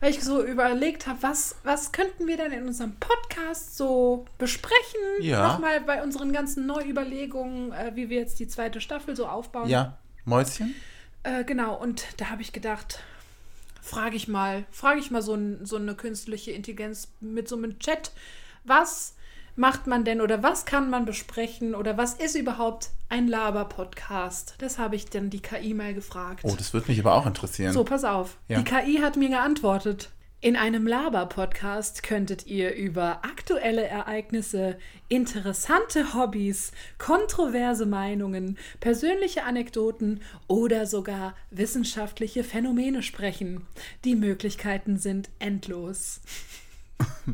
A: Weil ich so überlegt habe, was, was könnten wir denn in unserem Podcast so besprechen?
B: Ja.
A: Nochmal bei unseren ganzen Neuüberlegungen, äh, wie wir jetzt die zweite Staffel so aufbauen.
B: Ja, Mäuschen?
A: Äh, genau, und da habe ich gedacht, frage ich mal, frage ich mal so, n- so eine künstliche Intelligenz mit so einem Chat, was macht man denn oder was kann man besprechen oder was ist überhaupt ein Laber-Podcast? Das habe ich dann die KI mal gefragt.
B: Oh, das würde mich aber auch interessieren.
A: so, pass auf.
B: Ja.
A: Die KI hat mir geantwortet. In einem Laber-Podcast könntet ihr über aktuelle Ereignisse, interessante Hobbys, kontroverse Meinungen, persönliche Anekdoten oder sogar wissenschaftliche Phänomene sprechen. Die Möglichkeiten sind endlos.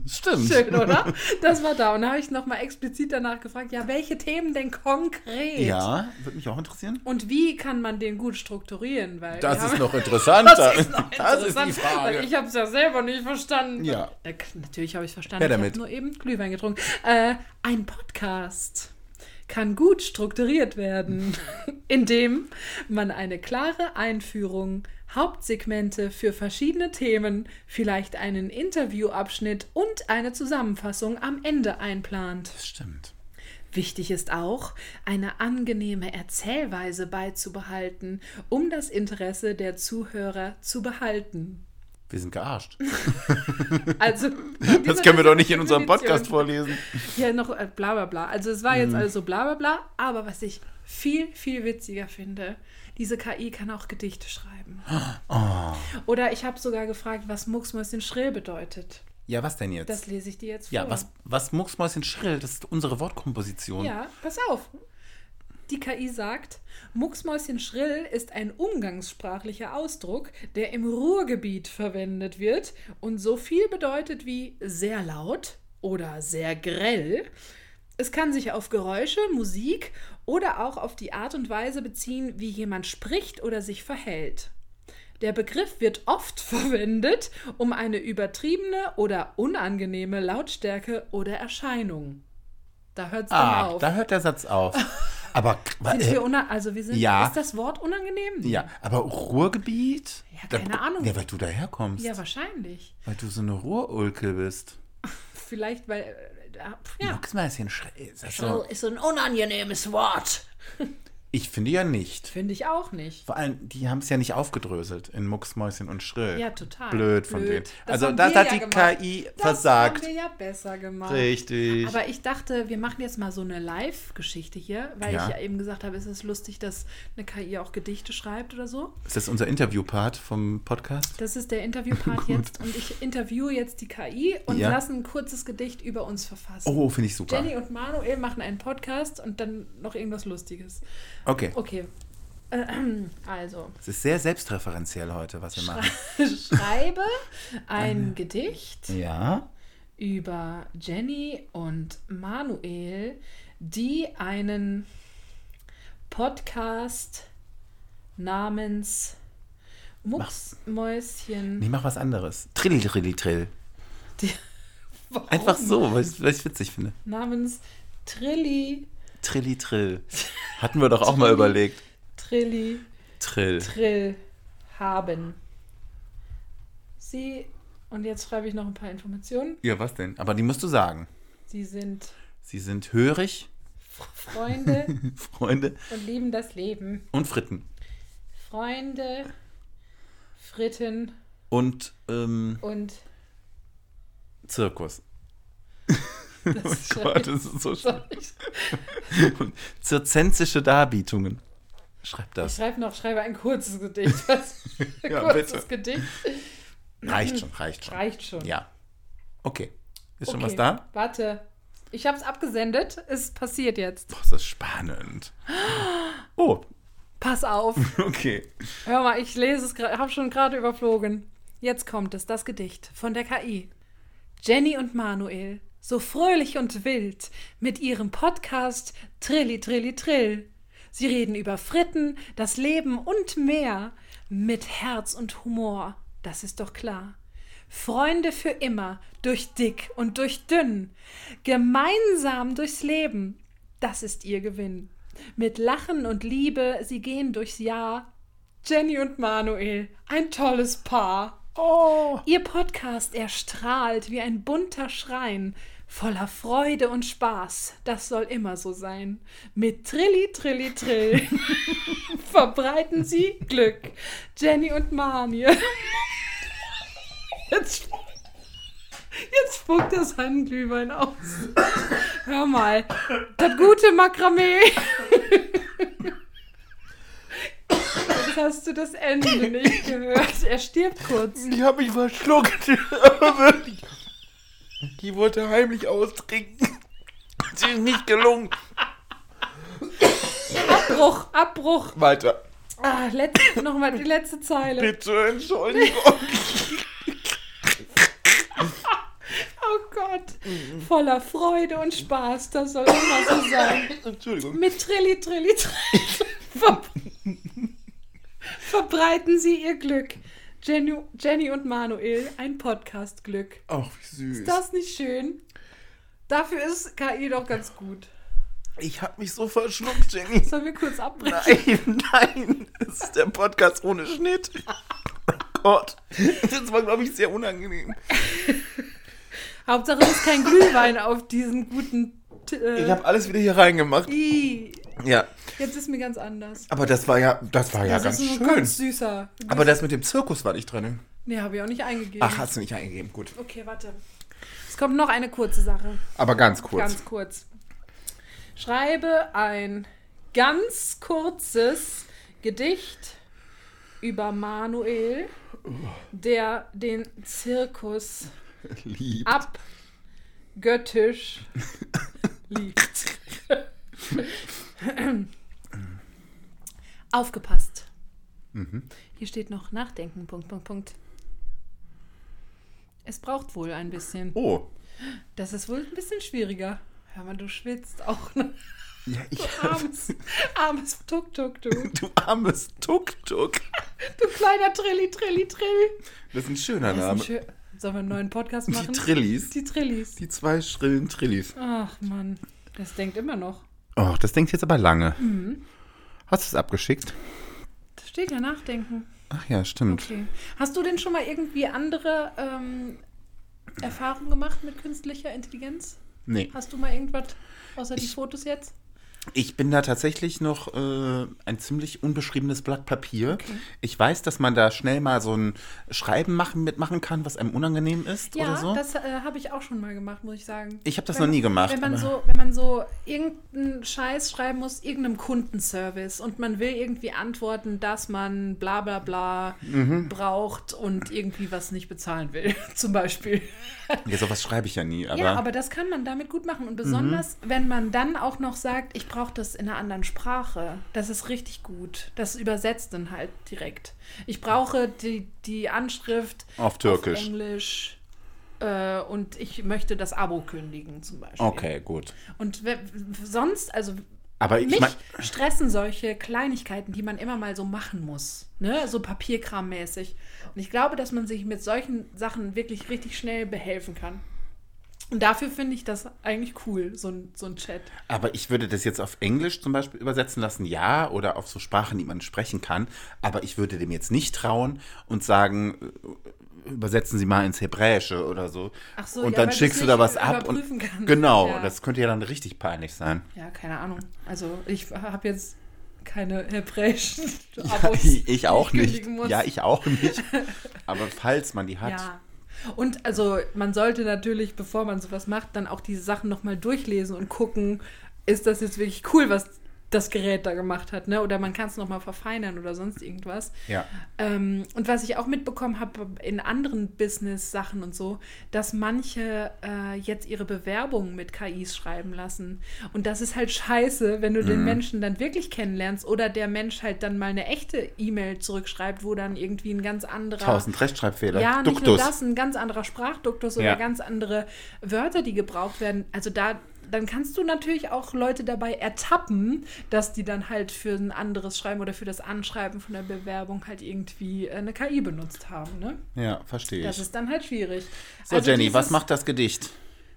B: Stimmt. [LAUGHS]
A: Schön, oder? Das war da. Und da habe ich nochmal explizit danach gefragt, ja, welche Themen denn konkret?
B: Ja, würde mich auch interessieren.
A: Und wie kann man den gut strukturieren? Weil wir
B: [LAUGHS] Das ist
A: haben-
B: noch interessanter.
A: Das ist, noch
B: Das ist die
A: interessant,
B: Frage.
A: Weil ich habe es ja selber nicht verstanden.
B: Ja.
A: Äh, k- natürlich habe ich verstanden.
B: Her
A: ich
B: damit.
A: habe nur eben Glühwein getrunken. Äh, ein Podcast kann gut strukturiert
B: [LAUGHS]
A: werden, indem man eine klare Einführung, Hauptsegmente für verschiedene Themen, vielleicht einen Interviewabschnitt und eine Zusammenfassung am Ende einplant.
B: das stimmt.
A: Wichtig ist auch, eine angenehme Erzählweise beizubehalten, um das Interesse der Zuhörer zu behalten.
B: Wir sind gearscht.
A: Also,
B: [LAUGHS] Das können wir doch nicht in unserem Podcast Mhm.
A: vor.
B: vorlesen.
A: Ja, noch äh, bla bla bla. Also, es war jetzt alles so bla bla bla, aber was ich viel, viel witziger finde, diese KI kann auch Gedichte
B: [GASPS]
A: schreiben.
B: Oh.
A: Oder ich habe sogar gefragt, was Mucksmäuschen schrill bedeutet.
B: Ja, was denn
A: Das
B: jetzt?
A: lese ich dir jetzt vor.
B: Ja, was, was Mucksmäuschen schrill, das ist unsere Wortkomposition.
A: Ja, pass auf. Die KI sagt, Mucksmäuschen schrill ist ein umgangssprachlicher Ausdruck, der im Ruhrgebiet verwendet wird und so viel bedeutet wie sehr laut oder sehr grell. Es kann sich auf Geräusche, Musik oder auch auf die Art und Weise beziehen, wie jemand spricht oder sich verhält. Der Begriff wird oft [LAUGHS] verwendet, um eine übertriebene oder unangenehme Lautstärke oder Erscheinung. Da hört es
B: Ah,
A: dann auf.
B: da hört der Satz [LAUGHS] auf. Aber,
A: Sind
B: äh,
A: wir una also wir sind,
B: ja.
A: ist das Wort unangenehm?
B: ja, aber Ruhrgebiet?
A: Hm. Ja, keine Ahnung.
B: Ja, weil du daherkommst.
A: Ja, wahrscheinlich.
B: Weil du so eine Ruhrulke bist.
A: Vielleicht, weil, äh, da- pf, ja.
B: Ja.
A: Also-
B: Mucksmäuschen schrill. Ist das so?
A: Ist so ein unangenehmes Wort.
B: Ich finde ja nicht.
A: Finde ich auch nicht.
B: Vor allem, die haben es ja nicht aufgedröselt in Mucksmäuschen und Schrill.
A: Ja, total.
B: Blöd von
A: Blöd.
B: denen.
A: Das
B: also,
A: haben
B: das
A: wir
B: hat
A: ja
B: die
A: gemacht.
B: KI
A: Das
B: versagt.
A: haben wir ja besser gemacht.
B: Richtig.
A: Aber ich dachte, wir machen jetzt mal so eine Live-Geschichte hier, weil
B: Ja.
A: ich ja eben gesagt habe, es ist lustig, dass eine KI auch Gedichte schreibt oder so.
B: ist das unser Interviewpart vom Podcast?
A: Das ist der
B: [LAUGHS]
A: Interviewpart jetzt und ich interviewe jetzt die KI und
B: Ja.
A: lasse ein kurzes Gedicht über uns verfassen.
B: Oh, finde ich super.
A: Jenny und Manuel machen einen Podcast und dann noch irgendwas Lustiges.
B: okay.
A: Okay. Ahem. [CLEARS THROAT] Also, [LAUGHS]
B: Es ist sehr selbstreferenziell heute, was wir
A: schrei
B: machen.
A: schreibe ein Gedicht
B: Ja.
A: über Jenny und Manuel, die einen Podcast namens Mucksmäuschen.
B: Nee, mach was anderes. Trilli, trilli, trill.
A: Die, [LAUGHS] warum?
B: Einfach so, weil ich es witzig finde.
A: Namens Trilli,
B: Trilli, trill. Hatten wir doch auch mal überlegt.
A: Trilli,
B: Trill.
A: Trill haben. Sie, und jetzt schreibe ich noch ein paar Informationen.
B: Ja, was denn? Aber die musst du sagen.
A: Sie sind
B: Sie sind hörig, [LAUGHS]
A: Freunde
B: Freunde
A: und lieben das Leben.
B: und Fritten.
A: Freunde, Fritten
B: Und ähm,
A: und
B: Zirkus.
A: das ist
B: [LAUGHS] Oh Gott,
A: schon-
B: das ist so schön.
A: Sorry.
B: [LAUGHS] Und zirzensische Darbietungen. Schreib
A: Ich
B: das.
A: schreibe noch, schreibe ein kurzes Gedicht. [LAUGHS] Was? Ein
B: Ja,
A: kurzes
B: bitte.
A: Gedicht.
B: Reicht schon, reicht schon.
A: Reicht schon.
B: Ja. Okay. Ist schon
A: Okay,
B: was da?
A: Warte. Ich habe es abgesendet. Es passiert jetzt.
B: Boah, ist das [GASPS] spannend. Oh, [LAUGHS]
A: Pass auf.
B: okay.
A: Hör mal, ich lese es gerade, habe schon gerade überflogen. Jetzt kommt es, das Gedicht von der KI. Jenny und Manuel, so fröhlich und wild, mit ihrem Podcast Trilli Trilli Trill. Sie reden über Fritten, das Leben und mehr, mit Herz und Humor, das ist doch klar. Freunde für immer, durch dick und durch dünn, gemeinsam durchs Leben, das ist ihr Gewinn. Mit Lachen und Liebe, sie gehen durchs Jahr, Jenny und Manuel, ein tolles Paar.
B: Oh.
A: Ihr Podcast erstrahlt wie ein bunter Schrein, voller Freude und Spaß. Das soll immer so sein. Mit Trilli, Trilli, Trill verbreiten sie Glück. Jenny und Manie. Jetzt, jetzt spuckt er seinen Glühwein aus. Hör mal, das gute Makramee. Jetzt hast du das Ende nicht gehört. Er stirbt kurz.
B: Ich habe mich verschluckt. [LAUGHS] Die wollte heimlich austrinken. Sie ist nicht gelungen.
A: Abbruch, Abbruch.
B: Weiter.
A: Ah, letzte, nochmal die letzte Zeile.
B: Bitte Entschuldigung.
A: [LAUGHS] Oh Gott. Voller Freude und Spaß, das soll immer so sein.
B: Entschuldigung.
A: Mit Trilli, Trilli, Trilli ver verbreiten sie ihr Glück. Jenny, Jenny und Manuel, ein Podcast-Glück.
B: Ach, wie süß.
A: Ist das nicht schön? Dafür ist KI doch ganz gut.
B: Ich habe mich so verschluckt, Jenny.
A: Sollen wir kurz abbrechen?
B: Nein, nein. Das ist der Podcast ohne Schnitt. Oh Gott. Das war, glaube ich, sehr unangenehm.
A: Hauptsache, es ist kein Glühwein auf diesen guten... T-
B: Ich
A: Äh,
B: habe alles wieder hier reingemacht.
A: I.
B: Ja.
A: Jetzt ist mir ganz anders.
B: Aber das war ja, das war ja
A: das
B: ganz
A: ist
B: schön.
A: ein ganz süßer.
B: Aber das mit dem Zirkus war nicht drin.
A: Nee, habe ich auch nicht eingegeben.
B: Ach, hast du nicht eingegeben. Gut.
A: Okay, warte. Es kommt noch eine kurze Sache.
B: Aber ganz kurz.
A: Ganz kurz. Schreibe ein ganz kurzes Gedicht über Manuel, der den Zirkus
B: [LAUGHS] Lieb.
A: abgöttisch liebt. Aufgepasst. Hier steht noch Nachdenken. Punkt, Punkt, Punkt. Es braucht wohl ein bisschen.
B: Oh.
A: Das ist wohl ein bisschen schwieriger. Hör mal, du schwitzt auch. Ne?
B: Ja, ich
A: Armes, armes Tuck, Tuck, du.
B: Du armes Tuk-Tuk.
A: Du kleiner Trilli, Trilli, Trilli.
B: Das ist ein schöner
A: Das ist ein
B: Name.
A: schön- Sollen wir einen neuen Podcast
B: Die
A: machen?
B: Trillis.
A: Die Trillis.
B: Die zwei schrillen Trillis.
A: Ach Mann, das denkt immer noch.
B: Oh, das denkt jetzt aber lange. Hast du es abgeschickt?
A: Das steht ja Nachdenken.
B: Ach ja, stimmt.
A: Okay. Hast du denn schon mal irgendwie andere ähm, Erfahrungen gemacht mit künstlicher Intelligenz?
B: Nee.
A: Hast du mal irgendwas außer die Fotos jetzt?
B: Ich bin da tatsächlich noch äh, ein ziemlich unbeschriebenes Blatt Papier. Ich weiß, dass man da schnell mal so ein Schreiben machen, mitmachen kann, was einem unangenehm ist
A: Ja,
B: oder so.
A: das äh, habe ich auch schon mal gemacht, muss ich sagen.
B: Ich habe das
A: Wenn-
B: noch nie gemacht,
A: Wenn man,
B: aber-
A: so, wenn man so irgendeinen Scheiß schreiben muss, irgendeinem Kundenservice und man will irgendwie antworten, dass man bla bla bla
B: Mhm.
A: braucht und irgendwie was nicht bezahlen will, [LAUGHS] zum Beispiel.
B: ja, sowas schreibe ich ja nie, aber, Mhm.
A: ja, aber das kann man damit gut machen. Und besonders, wenn man dann auch noch sagt, ich brauche das in einer anderen Sprache. Das ist richtig gut. Das übersetzt dann halt direkt. Ich brauche die, die Anschrift
B: Auf Türkisch.
A: Auf Englisch. äh, Und ich möchte das Abo kündigen zum Beispiel.
B: okay, gut.
A: Und we- sonst, also
B: Aber ich
A: mich
B: mein-
A: stressen solche Kleinigkeiten, die man immer mal so machen muss. Ne? So Papierkram-mäßig. Und ich glaube, dass man sich mit solchen Sachen wirklich richtig schnell behelfen kann. Und dafür finde ich das eigentlich cool, so ein, so ein Chat.
B: Aber ich würde das jetzt auf Englisch zum Beispiel übersetzen lassen, ja, oder auf so Sprachen, die man sprechen kann. Aber ich würde dem jetzt nicht trauen und sagen, äh, übersetzen Sie mal ins Hebräische oder so.
A: Ach so, ja, weil
B: und dann
A: du's
B: schickst du
A: nicht
B: da was ab. Und,
A: überprüfen kannst.
B: Genau,
A: Ja.
B: das könnte ja dann richtig
A: [LAUGHS]
B: peinlich sein.
A: Ja, keine Ahnung. Also ich habe jetzt keine hebräischen
B: [LAUGHS] Ja,
A: Abos,
B: ich, ich
A: die
B: auch nicht.
A: kündigen muss.
B: Ja, ich auch
A: [LAUGHS]
B: nicht. Aber falls man die hat.
A: Ja. Und also man sollte natürlich, bevor man sowas macht, dann auch diese Sachen nochmal durchlesen und gucken, ist das jetzt wirklich cool, was das Gerät da gemacht hat, ne? Oder man kann es nochmal verfeinern oder sonst irgendwas.
B: Ja.
A: Ähm, und was ich auch mitbekommen habe in anderen Business-Sachen und so, dass manche äh, jetzt ihre Bewerbungen mit KIs schreiben lassen. Und das ist halt scheiße, wenn du
B: Mhm.
A: den Menschen dann wirklich kennenlernst oder der Mensch halt dann mal eine echte E-Mail zurückschreibt, wo dann irgendwie ein ganz anderer
B: Tausend Rechtschreibfehler.
A: ja, nicht nur
B: Duktus.
A: das, ein ganz anderer Sprachduktus oder
B: Ja.
A: ganz andere Wörter, die gebraucht werden. Also da, dann kannst du natürlich auch Leute dabei ertappen, dass die dann halt für ein anderes Schreiben oder für das Anschreiben von der Bewerbung halt irgendwie eine KI benutzt haben. Ne?
B: Ja, verstehe
A: Das
B: ich.
A: ist dann halt schwierig. Also
B: So, Jenny,
A: dieses-
B: was macht das Gedicht?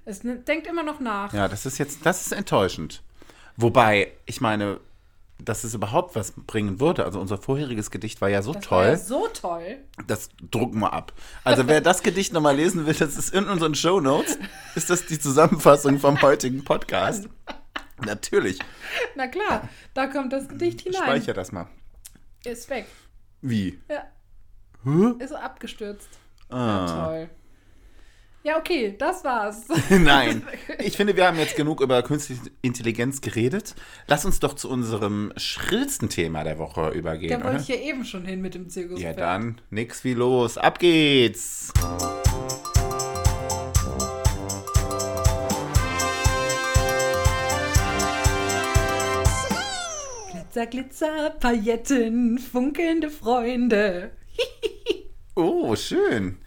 A: Es ne- denkt immer noch nach.
B: Ja, das ist jetzt, das ist enttäuschend. Wobei, ich meine, dass es überhaupt was bringen würde. Also unser vorheriges Gedicht war ja so
A: das war
B: toll.
A: ja so toll. [LAUGHS]
B: Das drucken wir ab. Also wer das Gedicht nochmal lesen will, das ist in unseren Show Notes. Ist das die Zusammenfassung vom heutigen Podcast? Natürlich.
A: Na klar, da kommt das Gedicht hinein.
B: Speicher das mal.
A: Ist weg.
B: Wie? [LAUGHS]
A: Ja,
B: Hä?
A: ist abgestürzt.
B: Ah.
A: Toll. Ja, okay, das war's.
B: Nein. Ich finde, wir haben jetzt genug über künstliche Intelligenz geredet. Lass uns doch zu unserem schrillsten Thema der Woche übergehen,
A: Da wollte
B: oder?
A: ich ja eben schon hin mit dem Zirkus.
B: Ja, dann nix wie los. Ab geht's.
A: Glitzer, Glitzer, Pailletten, funkelnde Freunde. [LAUGHS]
B: Oh, schön.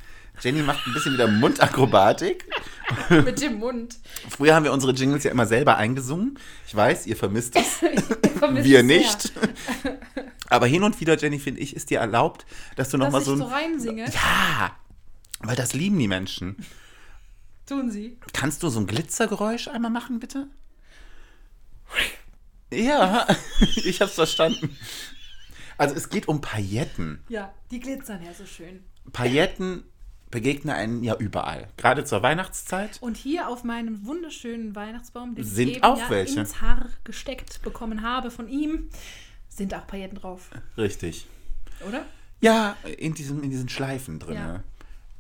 B: Jenny macht ein bisschen wieder Mundakrobatik.
A: Mit dem Mund.
B: Früher haben wir unsere Jingles ja immer selber eingesungen. Ich weiß, ihr vermisst es.
A: Vermisst
B: Wir
A: es sehr,
B: nicht. Aber hin und wieder, Jenny, finde ich, ist dir erlaubt, dass du nochmal
A: Dass
B: so
A: ich
B: ein.
A: so reinsinge,
B: ja! Weil das lieben die Menschen.
A: tun sie.
B: Kannst du so ein Glitzergeräusch einmal machen, bitte? Ja, ich hab's verstanden. Also es geht um Pailletten.
A: Ja, die glitzern ja so schön.
B: Pailletten begegnen einen ja überall. Gerade zur Weihnachtszeit.
A: Und hier auf meinem wunderschönen Weihnachtsbaum, den
B: Sind
A: ich eben
B: auch
A: ja
B: welche.
A: ins Haar gesteckt bekommen habe von ihm, sind auch Pailletten drauf,
B: Richtig.
A: oder?
B: Ja, in, diesem, in diesen Schleifen drin.
A: Ja.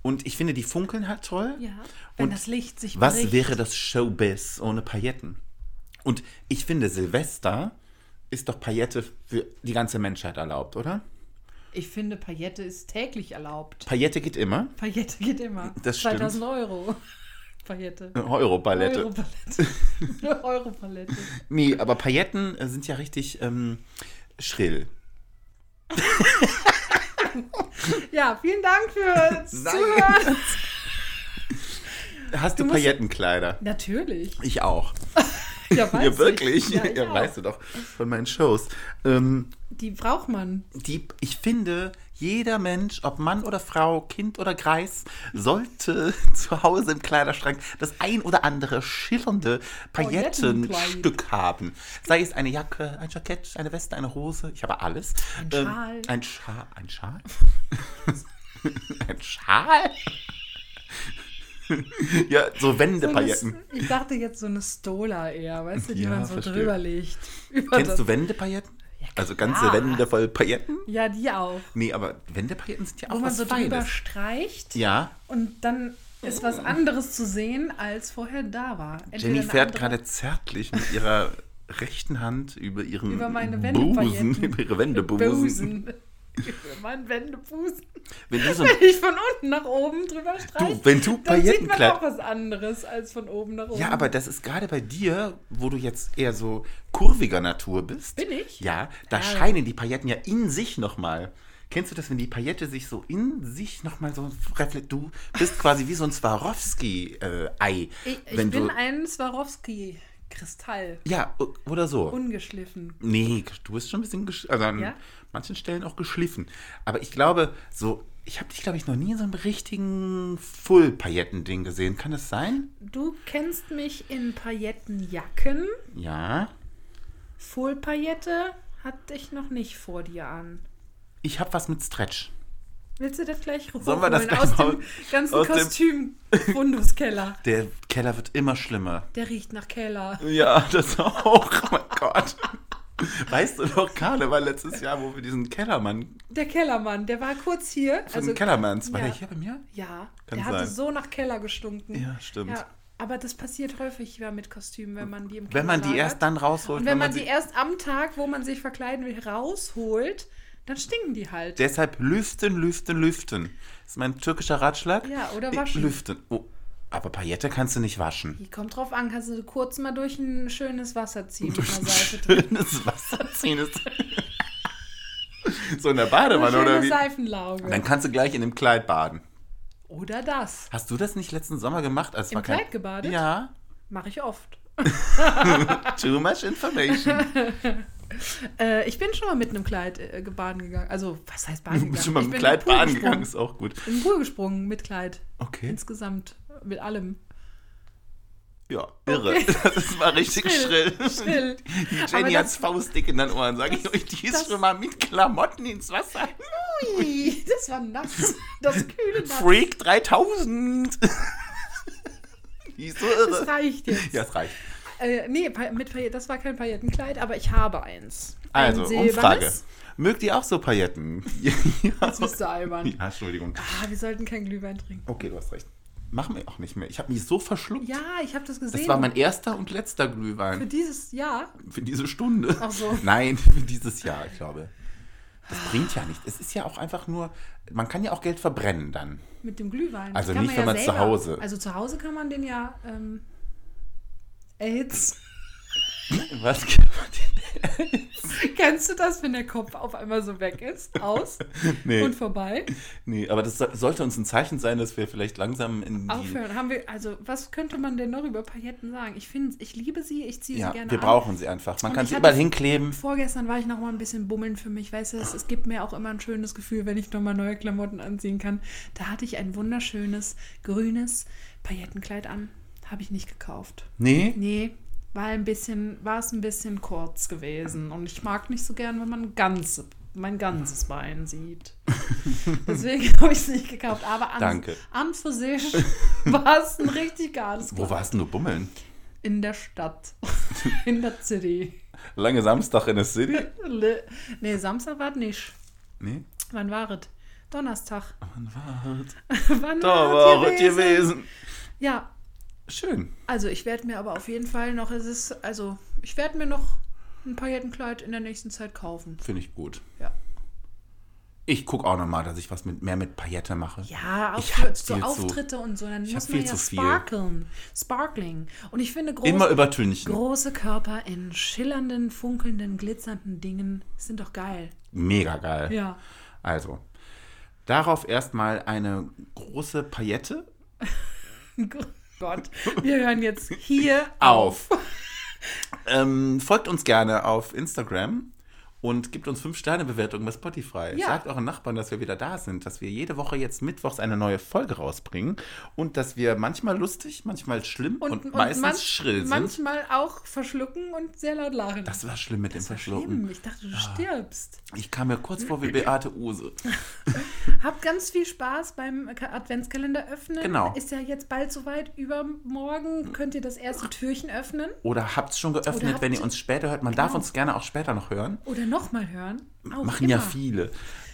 B: Und ich finde, die funkeln halt toll.
A: Ja. Wenn
B: Und
A: das Licht sich
B: Was
A: bricht.
B: wäre das Showbiz ohne Pailletten? Und ich finde, Silvester ist doch Paillette für die ganze Menschheit erlaubt, oder?
A: Ich finde, Paillette ist täglich erlaubt.
B: Paillette geht immer.
A: Paillette geht immer.
B: Das stimmt.
A: 2000 Euro. [LAUGHS] Paillette.
B: Euro-Palette. [LAUGHS]
A: Europalette. Europalette.
B: Nee, aber Pailletten äh, sind ja richtig ähm, schrill.
A: ja, vielen Dank fürs
B: Nein.
A: Zuhören.
B: Hast du,
A: musst-
B: Paillettenkleider?
A: Natürlich.
B: Ich auch.
A: Ja, weiß
B: ja,
A: ich.
B: wirklich.
A: Ja,
B: Ja,
A: ich auch.
B: weißt du doch von meinen Shows. Ähm,
A: Die braucht man.
B: die, ich finde, jeder Mensch, ob Mann oder Frau, Kind oder Greis, sollte [LAUGHS] zu Hause im Kleiderschrank das ein oder andere schillernde Paillettenstück haben. Sei es eine Jacke, ein Jackett, eine Weste, eine Hose, ich habe alles. Ein
A: Schal.
B: ein Schal. Ein Schal? [LAUGHS] ein Schal? [LAUGHS] ja, so
A: So eine,
B: Wendepailletten.
A: ich dachte jetzt so eine Stola eher, weißt du, die
B: Ja,
A: man so
B: verstehe.
A: drüber legt. Über
B: Kennst
A: das.
B: du Wendepailletten? also ganze
A: klar.
B: Wände voll Pailletten?
A: Ja, die auch.
B: Nee, aber Wendepailletten sind ja auch
A: Wo man
B: was
A: so drüber
B: Feines.
A: streicht
B: Ja,
A: und dann ist was anderes zu sehen, als vorher da war. Entweder
B: Jenny
A: eine
B: fährt
A: andere-
B: gerade zärtlich mit ihrer rechten Hand über ihren
A: Über meine Wendepailletten.
B: Busen, [LAUGHS] über ihre Wendebusen.
A: Busen. [LAUGHS] mein Wendebusen.
B: Wenn du so
A: Wenn [LAUGHS] ich von unten nach oben drüber streiche,
B: Du, wenn du
A: dann sieht man
B: Paillettenkleid-
A: auch was anderes als von oben nach oben.
B: ja, aber das ist gerade bei dir, wo du jetzt eher so kurviger Natur bist.
A: Bin ich?
B: Ja, da
A: Ja.
B: scheinen die Pailletten ja in sich nochmal. Kennst du das, wenn die Paillette sich so in sich nochmal so reflektiert? Du bist quasi wie so ein Swarovski-Ei.
A: ich ich
B: wenn
A: bin
B: du,
A: ein Swarovski-Kristall.
B: ja, o- oder so.
A: Ungeschliffen.
B: Nee, du bist schon ein bisschen, gesch- also an
A: Ja?
B: manchen Stellen auch geschliffen. Aber ich glaube, so, ich habe dich, glaube ich, noch nie in so einem richtigen Full-Pailletten-Ding gesehen. Kann das sein?
A: Du kennst mich in Paillettenjacken.
B: Ja.
A: Full-Paillette hatte ich noch nicht vor dir an.
B: Ich habe was mit Stretch.
A: Willst du das gleich
B: Sollen wir das
A: hochholen aus
B: gleich
A: dem
B: mal-
A: ganzen
B: aus dem-
A: Kostüm-Funduskeller?
B: Der Keller wird immer schlimmer.
A: Der riecht nach Keller.
B: Ja, das auch. [LAUGHS] Oh mein Gott. Weißt du noch, Karneval letztes Jahr, wo wir diesen Kellermann,
A: Der Kellermann, der war kurz hier.
B: so
A: Also,
B: einen Kellermann, war
A: ja.
B: der hier bei mir?
A: ja,
B: Kann
A: der hatte
B: sein.
A: so nach Keller gestunken.
B: Ja, stimmt.
A: aber das passiert häufig ja mit Kostümen, wenn man die im Keller
B: Wenn man die
A: lagert.
B: erst dann rausholt,
A: Und wenn man
B: sie-
A: die erst am Tag, wo man sich verkleiden will, rausholt, dann stinken die halt.
B: Deshalb lüften, lüften, lüften. Das ist mein türkischer Ratschlag.
A: Ja, oder
B: Äh,
A: waschen.
B: Lüften. Oh, aber Paillette kannst du nicht waschen.
A: Die kommt drauf an, kannst du kurz mal durch ein schönes Wasser ziehen
B: [LAUGHS]
A: mit einer Seife drin.
B: Schönes Wasser ziehen ist. [LAUGHS] so in der Badewanne
A: Eine
B: oder
A: schöne
B: wie?
A: Seifenlauge.
B: Dann kannst du gleich in dem Kleid baden.
A: Oder das.
B: Hast du das nicht letzten Sommer gemacht? Als
A: Im
B: war kein-
A: Kleid gebadet?
B: Ja.
A: Mache ich oft.
B: Too
A: [LAUGHS]
B: much information.
A: Äh, ich bin schon mal mit einem Kleid äh, ge- baden gegangen. Also, was heißt baden
B: Du
A: gegangen?
B: [LAUGHS] bist schon mal
A: Ich
B: im
A: bin
B: Kleid
A: in den Pool
B: baden gegangen, ist
A: gesprungen.
B: auch gut.
A: In den Pool gesprungen mit Kleid.
B: Okay.
A: Insgesamt. Mit allem.
B: Ja, irre. [LAUGHS] Das war richtig schrill.
A: Schrill. Aber
B: [LAUGHS] Jenny
A: das-
B: hat's faustdick in den Ohren, sag ich euch. Die ist
A: das-
B: schon mal mit Klamotten ins Wasser.
A: Ui, das war nass. Das kühle Nass.
B: Freak [LAUGHS] 3000. Die ist so
A: Das
B: irre.
A: reicht jetzt.
B: Ja, es reicht.
A: Äh, nee, Pa- mit Pailletten, das war kein Paillettenkleid, aber ich habe eins.
B: Also,
A: ein
B: Umfrage.
A: silbernes.
B: Mögt ihr auch so Pailletten? [LAUGHS] ja.
A: Das bist du albern.
B: ja, Entschuldigung.
A: Ah, wir sollten keinen Glühwein trinken.
B: Okay, du hast recht. Machen wir auch nicht mehr. Ich habe mich so verschluckt.
A: Ja, ich habe das gesehen.
B: Das war mein e- erster und letzter
A: Für
B: Glühwein
A: dieses Jahr.
B: für diese Stunde.
A: Ach so.
B: [LAUGHS] Nein, für dieses Jahr, ich glaube. Das bringt ja nichts. Es ist ja auch einfach nur, man kann ja auch Geld verbrennen dann.
A: Mit dem Glühwein.
B: Also
A: Das kann
B: nicht, wenn man zu
A: selber-
B: Hause-
A: Also zu Hause kann man den ja ähm, erhitzen. [LAUGHS]
B: Was [LAUGHS] kann man denn?
A: Kennst du das, wenn der Kopf auf einmal so weg ist? Aus
B: Nee.
A: und vorbei.
B: Nee, aber das so- sollte uns ein Zeichen sein, dass wir vielleicht langsam in die...
A: Aufhören. Haben wir, also, was könnte man denn noch über Pailletten sagen? Ich finde, ich liebe sie, ich ziehe
B: Ja,
A: sie gerne
B: wir
A: an.
B: brauchen sie einfach. Man
A: Und
B: kann
A: ich
B: sie
A: hatte-
B: überall hinkleben.
A: Vorgestern war ich noch mal ein bisschen bummeln für mich, weißt du, es, es gibt mir auch immer ein schönes Gefühl, wenn ich noch mal neue Klamotten anziehen kann. Da hatte ich ein wunderschönes grünes Paillettenkleid an, habe ich nicht gekauft.
B: Nee?
A: Nee, war ein bisschen, war es ein bisschen kurz gewesen und ich mag nicht so gern, wenn man ganz, mein ganzes Bein
B: [LAUGHS]
A: sieht. Deswegen [LAUGHS] habe ich es nicht gekauft, aber an,
B: Danke.
A: an für sich [LAUGHS] war es ein richtig geiles
B: Wo
A: Kleid.
B: warst denn du bummeln?
A: In der Stadt, [LAUGHS] in der City. [LAUGHS]
B: Lange Samstag in der City?
A: Le nee, Samstag war nicht.
B: Nee.
A: Wann war es? Donnerstag.
B: Wann war
A: [LAUGHS]
B: es?
A: Wann
B: Da
A: war's
B: war es gewesen.
A: Ja,
B: Schön.
A: also ich werde mir aber auf jeden Fall noch, es ist, also ich werde mir noch ein Paillettenkleid in der nächsten Zeit kaufen.
B: Finde ich gut.
A: Ja.
B: Ich gucke auch nochmal, dass ich was mit, mehr mit Paillette mache.
A: Ja, auch
B: Ich
A: für,
B: hab
A: so
B: viel zu-
A: Auftritte und so, dann
B: Ich
A: muss
B: hab
A: man
B: viel
A: ja
B: zu viel.
A: sparkeln. Sparkling. Und ich finde, groß,
B: Immer übertünchen.
A: große Körper in schillernden, funkelnden, glitzernden Dingen sind doch geil.
B: mega geil.
A: Ja.
B: Also, darauf erstmal eine große Paillette
A: [LAUGHS] Gott, wir hören jetzt
B: [LAUGHS]
A: hier
B: auf. ähm, folgt uns gerne auf Instagram und gebt uns 5-Sterne-Bewertungen bei Spotify.
A: Ja.
B: Sagt euren Nachbarn, dass wir wieder da sind, dass wir jede Woche jetzt mittwochs eine neue Folge rausbringen und dass wir manchmal lustig, manchmal schlimm und, meistens
A: manch-
B: schrill sind.
A: Manchmal auch verschlucken und sehr laut lachen.
B: das war schlimm mit dem
A: war
B: Verschlucken. Ah.
A: schlimm. Ich dachte, du stirbst.
B: Ich kam mir kurz vor wie Beate Use.
A: Habt ganz viel Spaß beim Ka- Adventskalender öffnen.
B: Genau.
A: Ist ja jetzt bald soweit. Übermorgen könnt ihr das erste Türchen öffnen
B: Oder habt's schon
A: Oder
B: geöffnet,
A: habt-
B: wenn ihr uns später hört. Man darf uns gerne auch später noch hören.
A: oder nochmal hören. Auch
B: Machen ja
A: immer.
B: viele.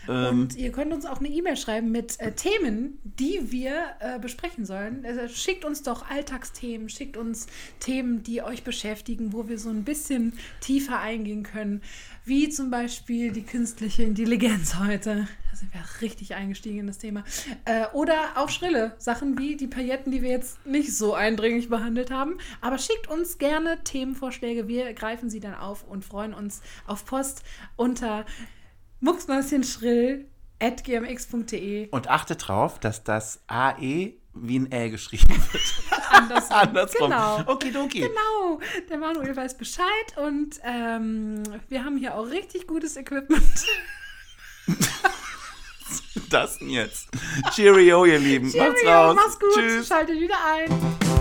B: Ähm,
A: Und ihr könnt uns auch eine E-Mail schreiben mit äh, Themen, die wir äh, besprechen sollen. Also schickt uns doch Alltagsthemen, schickt uns Themen, die euch beschäftigen, wo wir so ein bisschen tiefer eingehen können. Wie zum Beispiel die künstliche Intelligenz [LAUGHS] heute. Da sind wir richtig eingestiegen in das Thema. Äh, oder auch schrille Sachen wie die Pailletten, die wir jetzt nicht so eindringlich behandelt haben. Aber schickt uns gerne Themenvorschläge. Wir greifen sie dann auf und freuen uns auf Post unter mucksmäuschenschrill at gmx.de
B: und achte drauf, dass das AE wie ein Ä geschrieben wird.
A: andersrum.
B: [LAUGHS] [LAUGHS] Andersrum.
A: Genau.
B: Okidoki.
A: Genau, der Manuel weiß Bescheid und ähm, wir haben hier auch richtig gutes Equipment.
B: Das denn jetzt. Cheerio, ihr Lieben. Macht's
A: Cheerio,
B: raus.
A: mach's gut,
B: Tschüss.
A: schaltet wieder ein.